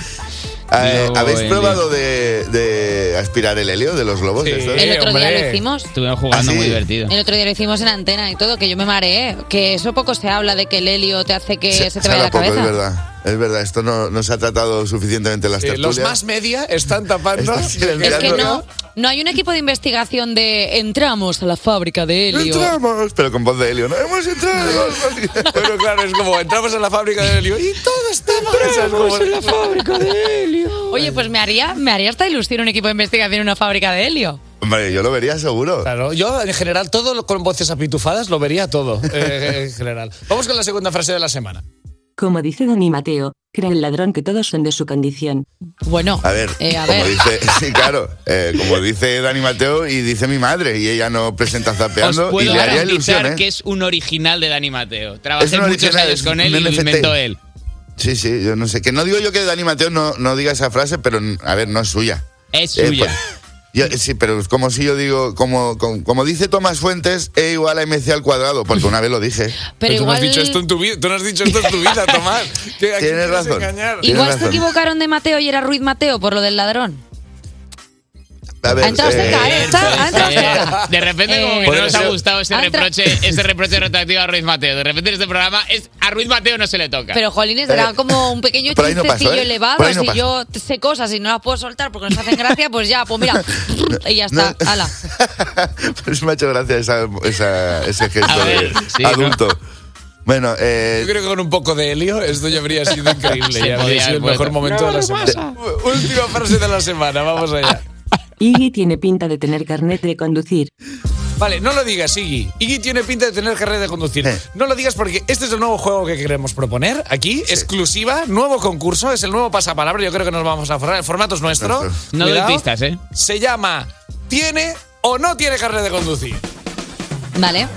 Speaker 14: Eh,
Speaker 4: Globo
Speaker 14: ¿Habéis
Speaker 4: en
Speaker 14: probado de, de aspirar el helio de los globos?
Speaker 4: Sí,
Speaker 14: estos? ¿Ah,
Speaker 2: El otro día hombre. lo hicimos. Eh,
Speaker 4: Estuvimos jugando muy divertido.
Speaker 2: El otro día lo hicimos en antena y todo, que yo me mareé. Que eso poco se habla de que el helio te hace que se, te vaya
Speaker 14: Habla
Speaker 2: la
Speaker 14: poco,
Speaker 2: cabeza.
Speaker 14: es verdad. Es verdad, esto no, no se ha tratado suficientemente en las
Speaker 9: Eh, los
Speaker 14: tertulias.
Speaker 9: más media están tapando.
Speaker 14: (laughs)
Speaker 2: Es que no, no hay un equipo de investigación de entramos a la fábrica de helio.
Speaker 14: Entramos, pero con voz de helio, ¿no?
Speaker 9: (laughs)
Speaker 14: Hemos entrado.
Speaker 9: Pero claro, es como entramos en la fábrica de helio y todo está Entramos en la fábrica de helio.
Speaker 2: Oye, pues me haría, me haría hasta ilusión un equipo de investigación en una fábrica de helio.
Speaker 14: Hombre, yo lo vería seguro.
Speaker 9: Claro, yo en general todo lo- con voces apitufadas lo vería todo.
Speaker 14: (laughs)
Speaker 9: eh, en general. Vamos con la segunda frase de la semana.
Speaker 13: Como dice Dani Mateo, cree el ladrón que todos son de su condición.
Speaker 2: Bueno,
Speaker 14: A ver, como dice, (laughs) sí, claro, eh, como dice Dani Mateo y dice mi madre, y ella no presenta
Speaker 4: Os
Speaker 14: zapeando y
Speaker 4: puedo
Speaker 14: le haría
Speaker 4: garantizar
Speaker 14: ilusión, ¿eh?
Speaker 4: que es un original de Dani Mateo. Trabajé
Speaker 14: Es un
Speaker 4: muchos
Speaker 14: original,
Speaker 4: años con él
Speaker 14: un
Speaker 4: y lo
Speaker 14: NFT.
Speaker 4: inventó él.
Speaker 14: Sí, sí, yo no sé. Que no digo yo que Dani Mateo no, no diga esa frase, pero a ver, no es suya.
Speaker 4: Es
Speaker 14: Eh,
Speaker 4: suya.
Speaker 14: pues, yo- sí, pero es como si yo digo, como, como, como dice Tomás Fuentes, E igual a MC al cuadrado, porque una vez lo dije.
Speaker 2: Pero Pero tú no has igual- dicho esto
Speaker 9: en tu vida, tú no has dicho esto en tu
Speaker 14: (laughs)
Speaker 9: vida, Tomás. Que aquí
Speaker 14: Tienes
Speaker 9: quieres
Speaker 14: razón.
Speaker 9: engañar.
Speaker 14: tienes
Speaker 2: Igual se
Speaker 14: razón.
Speaker 2: equivocaron de Mateo y era Ruiz Mateo por lo del ladrón.
Speaker 14: pues, A ver,
Speaker 2: Ha entrado cerca, ¿eh? Ha entrado
Speaker 4: Eh,
Speaker 2: cerca.
Speaker 4: de repente, como que
Speaker 9: Puede
Speaker 4: no nos ha
Speaker 9: ser.
Speaker 4: gustado ese
Speaker 2: Ha entrado-
Speaker 4: reproche, ese reproche retroactivo a Ruiz Mateo. De repente, en este programa, es, a Ruiz Mateo no se le toca.
Speaker 2: Pero Jolines
Speaker 14: Eh,
Speaker 2: era como un pequeño
Speaker 4: Eh, por ahí no pasó,
Speaker 2: chistecillo
Speaker 4: ¿eh?
Speaker 2: elevado.
Speaker 4: Por ahí no
Speaker 2: si
Speaker 4: pasó.
Speaker 2: yo t- sé cosas y no las puedo soltar porque nos hacen gracia, pues ya, pues mira, y
Speaker 4: (laughs)
Speaker 2: ya está. Ala.
Speaker 14: (laughs) Pues me ha hecho gracia esa- esa- ese gesto de adulto. Bueno, eh,
Speaker 9: Yo creo que con un poco de helio esto ya habría sido increíble.
Speaker 14: Se
Speaker 9: ya
Speaker 14: podía
Speaker 9: habría
Speaker 14: haber
Speaker 9: sido el
Speaker 14: puesto.
Speaker 9: mejor momento de la
Speaker 14: Nada
Speaker 9: semana. Última frase de la semana, vamos allá.
Speaker 13: Iggy tiene pinta de tener carnet de conducir.
Speaker 9: Vale, no lo digas, Iggy. Iggy tiene pinta de tener carrera de conducir. No lo digas porque este es el nuevo juego que queremos proponer aquí, exclusiva, nuevo concurso, es el nuevo pasapalabra. Yo creo que nos vamos a forrar. El formato es nuestro.
Speaker 4: No doy
Speaker 9: Cuidado.
Speaker 4: pistas, ¿eh?
Speaker 9: Se llama ¿Tiene o no tiene carrera de conducir?
Speaker 2: Vale.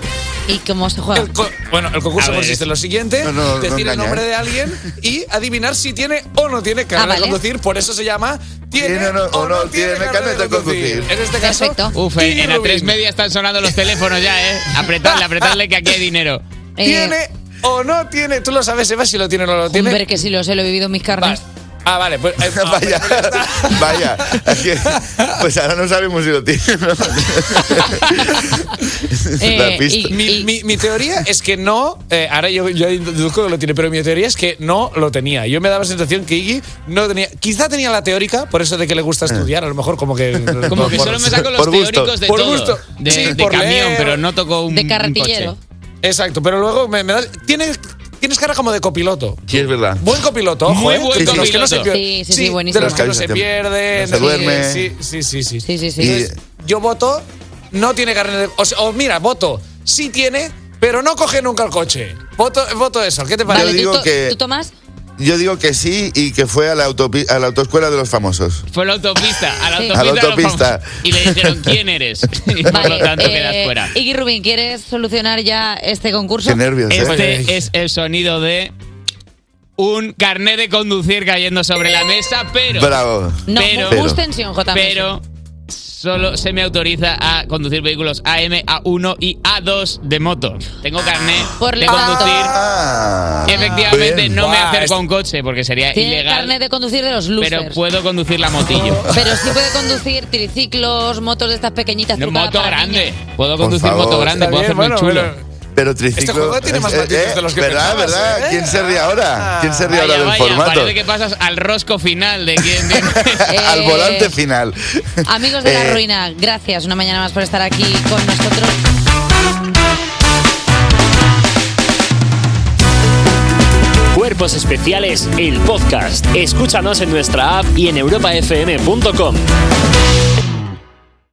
Speaker 2: ¿Y cómo se juega?
Speaker 9: Bueno, el concurso
Speaker 2: A ver,
Speaker 9: consiste en lo siguiente:
Speaker 2: No, no, no
Speaker 9: decir el
Speaker 2: engaña,
Speaker 9: nombre
Speaker 2: ¿eh?
Speaker 9: de alguien y adivinar si tiene o no tiene carrera
Speaker 2: Ah, vale.
Speaker 9: de conducir. Por eso se llama ¿Tiene, o no, tiene, carrera de conducir? En este caso,
Speaker 2: Perfecto.
Speaker 4: Uf, eh, en, en a tres media están sonando los teléfonos ya, ¿eh? Apretadle, apretadle que aquí hay
Speaker 2: (laughs)
Speaker 4: dinero.
Speaker 2: Eh,
Speaker 9: ¿tiene o no tiene? Tú lo sabes, Eva, si lo tiene o no lo tiene.
Speaker 2: Hombre, que si lo sé, lo he vivido en mis carnes.
Speaker 9: Ah, vale, pues.
Speaker 4: eh,
Speaker 14: (laughs)
Speaker 9: vaya,
Speaker 14: vaya. Pues ahora no sabemos si lo tiene.
Speaker 2: Eh, pista. y-
Speaker 9: mi, mi- mi teoría es que no. eh, ahora yo, yo deduzco que lo tiene, pero mi teoría es que no lo tenía. Yo me daba la sensación que Iggy no tenía. Quizá tenía la teórica, por eso de que le gusta estudiar, a lo mejor como (laughs) que.
Speaker 4: Como que
Speaker 9: por-
Speaker 4: solo me saco los
Speaker 9: Ah. por gusto.
Speaker 4: teóricos de
Speaker 9: Por
Speaker 4: todo.
Speaker 9: gusto.
Speaker 4: De,
Speaker 9: Sí,
Speaker 4: de
Speaker 9: por
Speaker 4: camión,
Speaker 9: leer.
Speaker 4: pero no toco un un coche.
Speaker 9: Exacto, pero luego me, me da. Tienes, tienes cara como de copiloto.
Speaker 14: (laughs) Sí, es verdad.
Speaker 9: Buen copiloto, ojo,
Speaker 14: Muy
Speaker 9: ¿eh?
Speaker 14: buen
Speaker 9: De los que no se
Speaker 14: copiloto.
Speaker 9: pier-
Speaker 2: Sí, sí, sí, buenísimo.
Speaker 9: De los que no se
Speaker 14: Cállate.
Speaker 9: pierden.
Speaker 14: No se duerme.
Speaker 9: Sí, sí, sí. sí.
Speaker 2: sí.
Speaker 9: Entonces, Yo voto, no tiene carnet de... O, sea, o mira, voto, sí tiene, pero no coge nunca el coche. Voto, voto eso, ¿qué te
Speaker 14: Yo
Speaker 9: parece?
Speaker 14: Vale, tú digo to- que-
Speaker 2: ¿Tú tomas?
Speaker 14: Yo digo que sí y que fue a la, autopi- a la autoescuela de los famosos.
Speaker 4: Fue a la autopista, a la
Speaker 2: Sí.
Speaker 4: autopista.
Speaker 14: A la
Speaker 4: de los
Speaker 14: autopista.
Speaker 4: famosos. Y le dijeron, ¿quién eres? (laughs) Y por lo tanto quedas
Speaker 2: Eh,
Speaker 4: fuera.
Speaker 2: Iggy Rubin, ¿quieres solucionar ya este concurso?
Speaker 14: ¿eh? Pues,
Speaker 4: Este es el sonido de un carnet de conducir cayendo sobre la mesa, pero.
Speaker 14: Bravo.
Speaker 2: No,
Speaker 4: pero,
Speaker 2: mus- mus tensión, J.
Speaker 4: pero solo se me autoriza a conducir vehículos AM, A1 y A2 de moto. Tengo carnet
Speaker 2: Ah. Por
Speaker 4: de
Speaker 2: lo tanto-
Speaker 4: conducir. Efectivamente,
Speaker 14: Bien.
Speaker 4: no me
Speaker 14: Buah,
Speaker 4: acerco a un coche porque sería
Speaker 2: Tiene el
Speaker 4: Eh, ilegal.
Speaker 2: carnet de conducir de los losers.
Speaker 4: Pero puedo conducir la motillo.
Speaker 2: Pero sí puede conducir triciclos, motos de estas pequeñitas.
Speaker 4: No,
Speaker 2: trucadas
Speaker 4: moto
Speaker 2: para
Speaker 4: grande.
Speaker 2: niños.
Speaker 4: Puedo conducir
Speaker 14: favor.
Speaker 4: moto grande,
Speaker 14: Está
Speaker 4: puedo
Speaker 14: bien,
Speaker 4: hacerme el
Speaker 14: bueno,
Speaker 4: chulo.
Speaker 14: bueno. Pero triciclo.
Speaker 4: Este juego tiene más
Speaker 14: eh,
Speaker 4: matices
Speaker 14: eh,
Speaker 4: de los que
Speaker 14: ¿Verdad,
Speaker 4: pensabas,
Speaker 14: verdad?
Speaker 4: ¿eh?
Speaker 14: ¿Quién se ríe ahora? ¿Quién se ríe ahora
Speaker 4: Vaya,
Speaker 14: del
Speaker 4: vaya,
Speaker 14: formato?
Speaker 4: Parece que pasas al rosco final de quién
Speaker 2: (laughs)
Speaker 4: viene.
Speaker 2: Eh,
Speaker 14: Al
Speaker 4: Eh,
Speaker 14: volante final.
Speaker 2: Amigos de la
Speaker 14: Eh,
Speaker 2: ruina, gracias una mañana más por estar aquí con nosotros.
Speaker 1: Cuerpos Especiales, el podcast. Escúchanos en nuestra app y en europafm.com.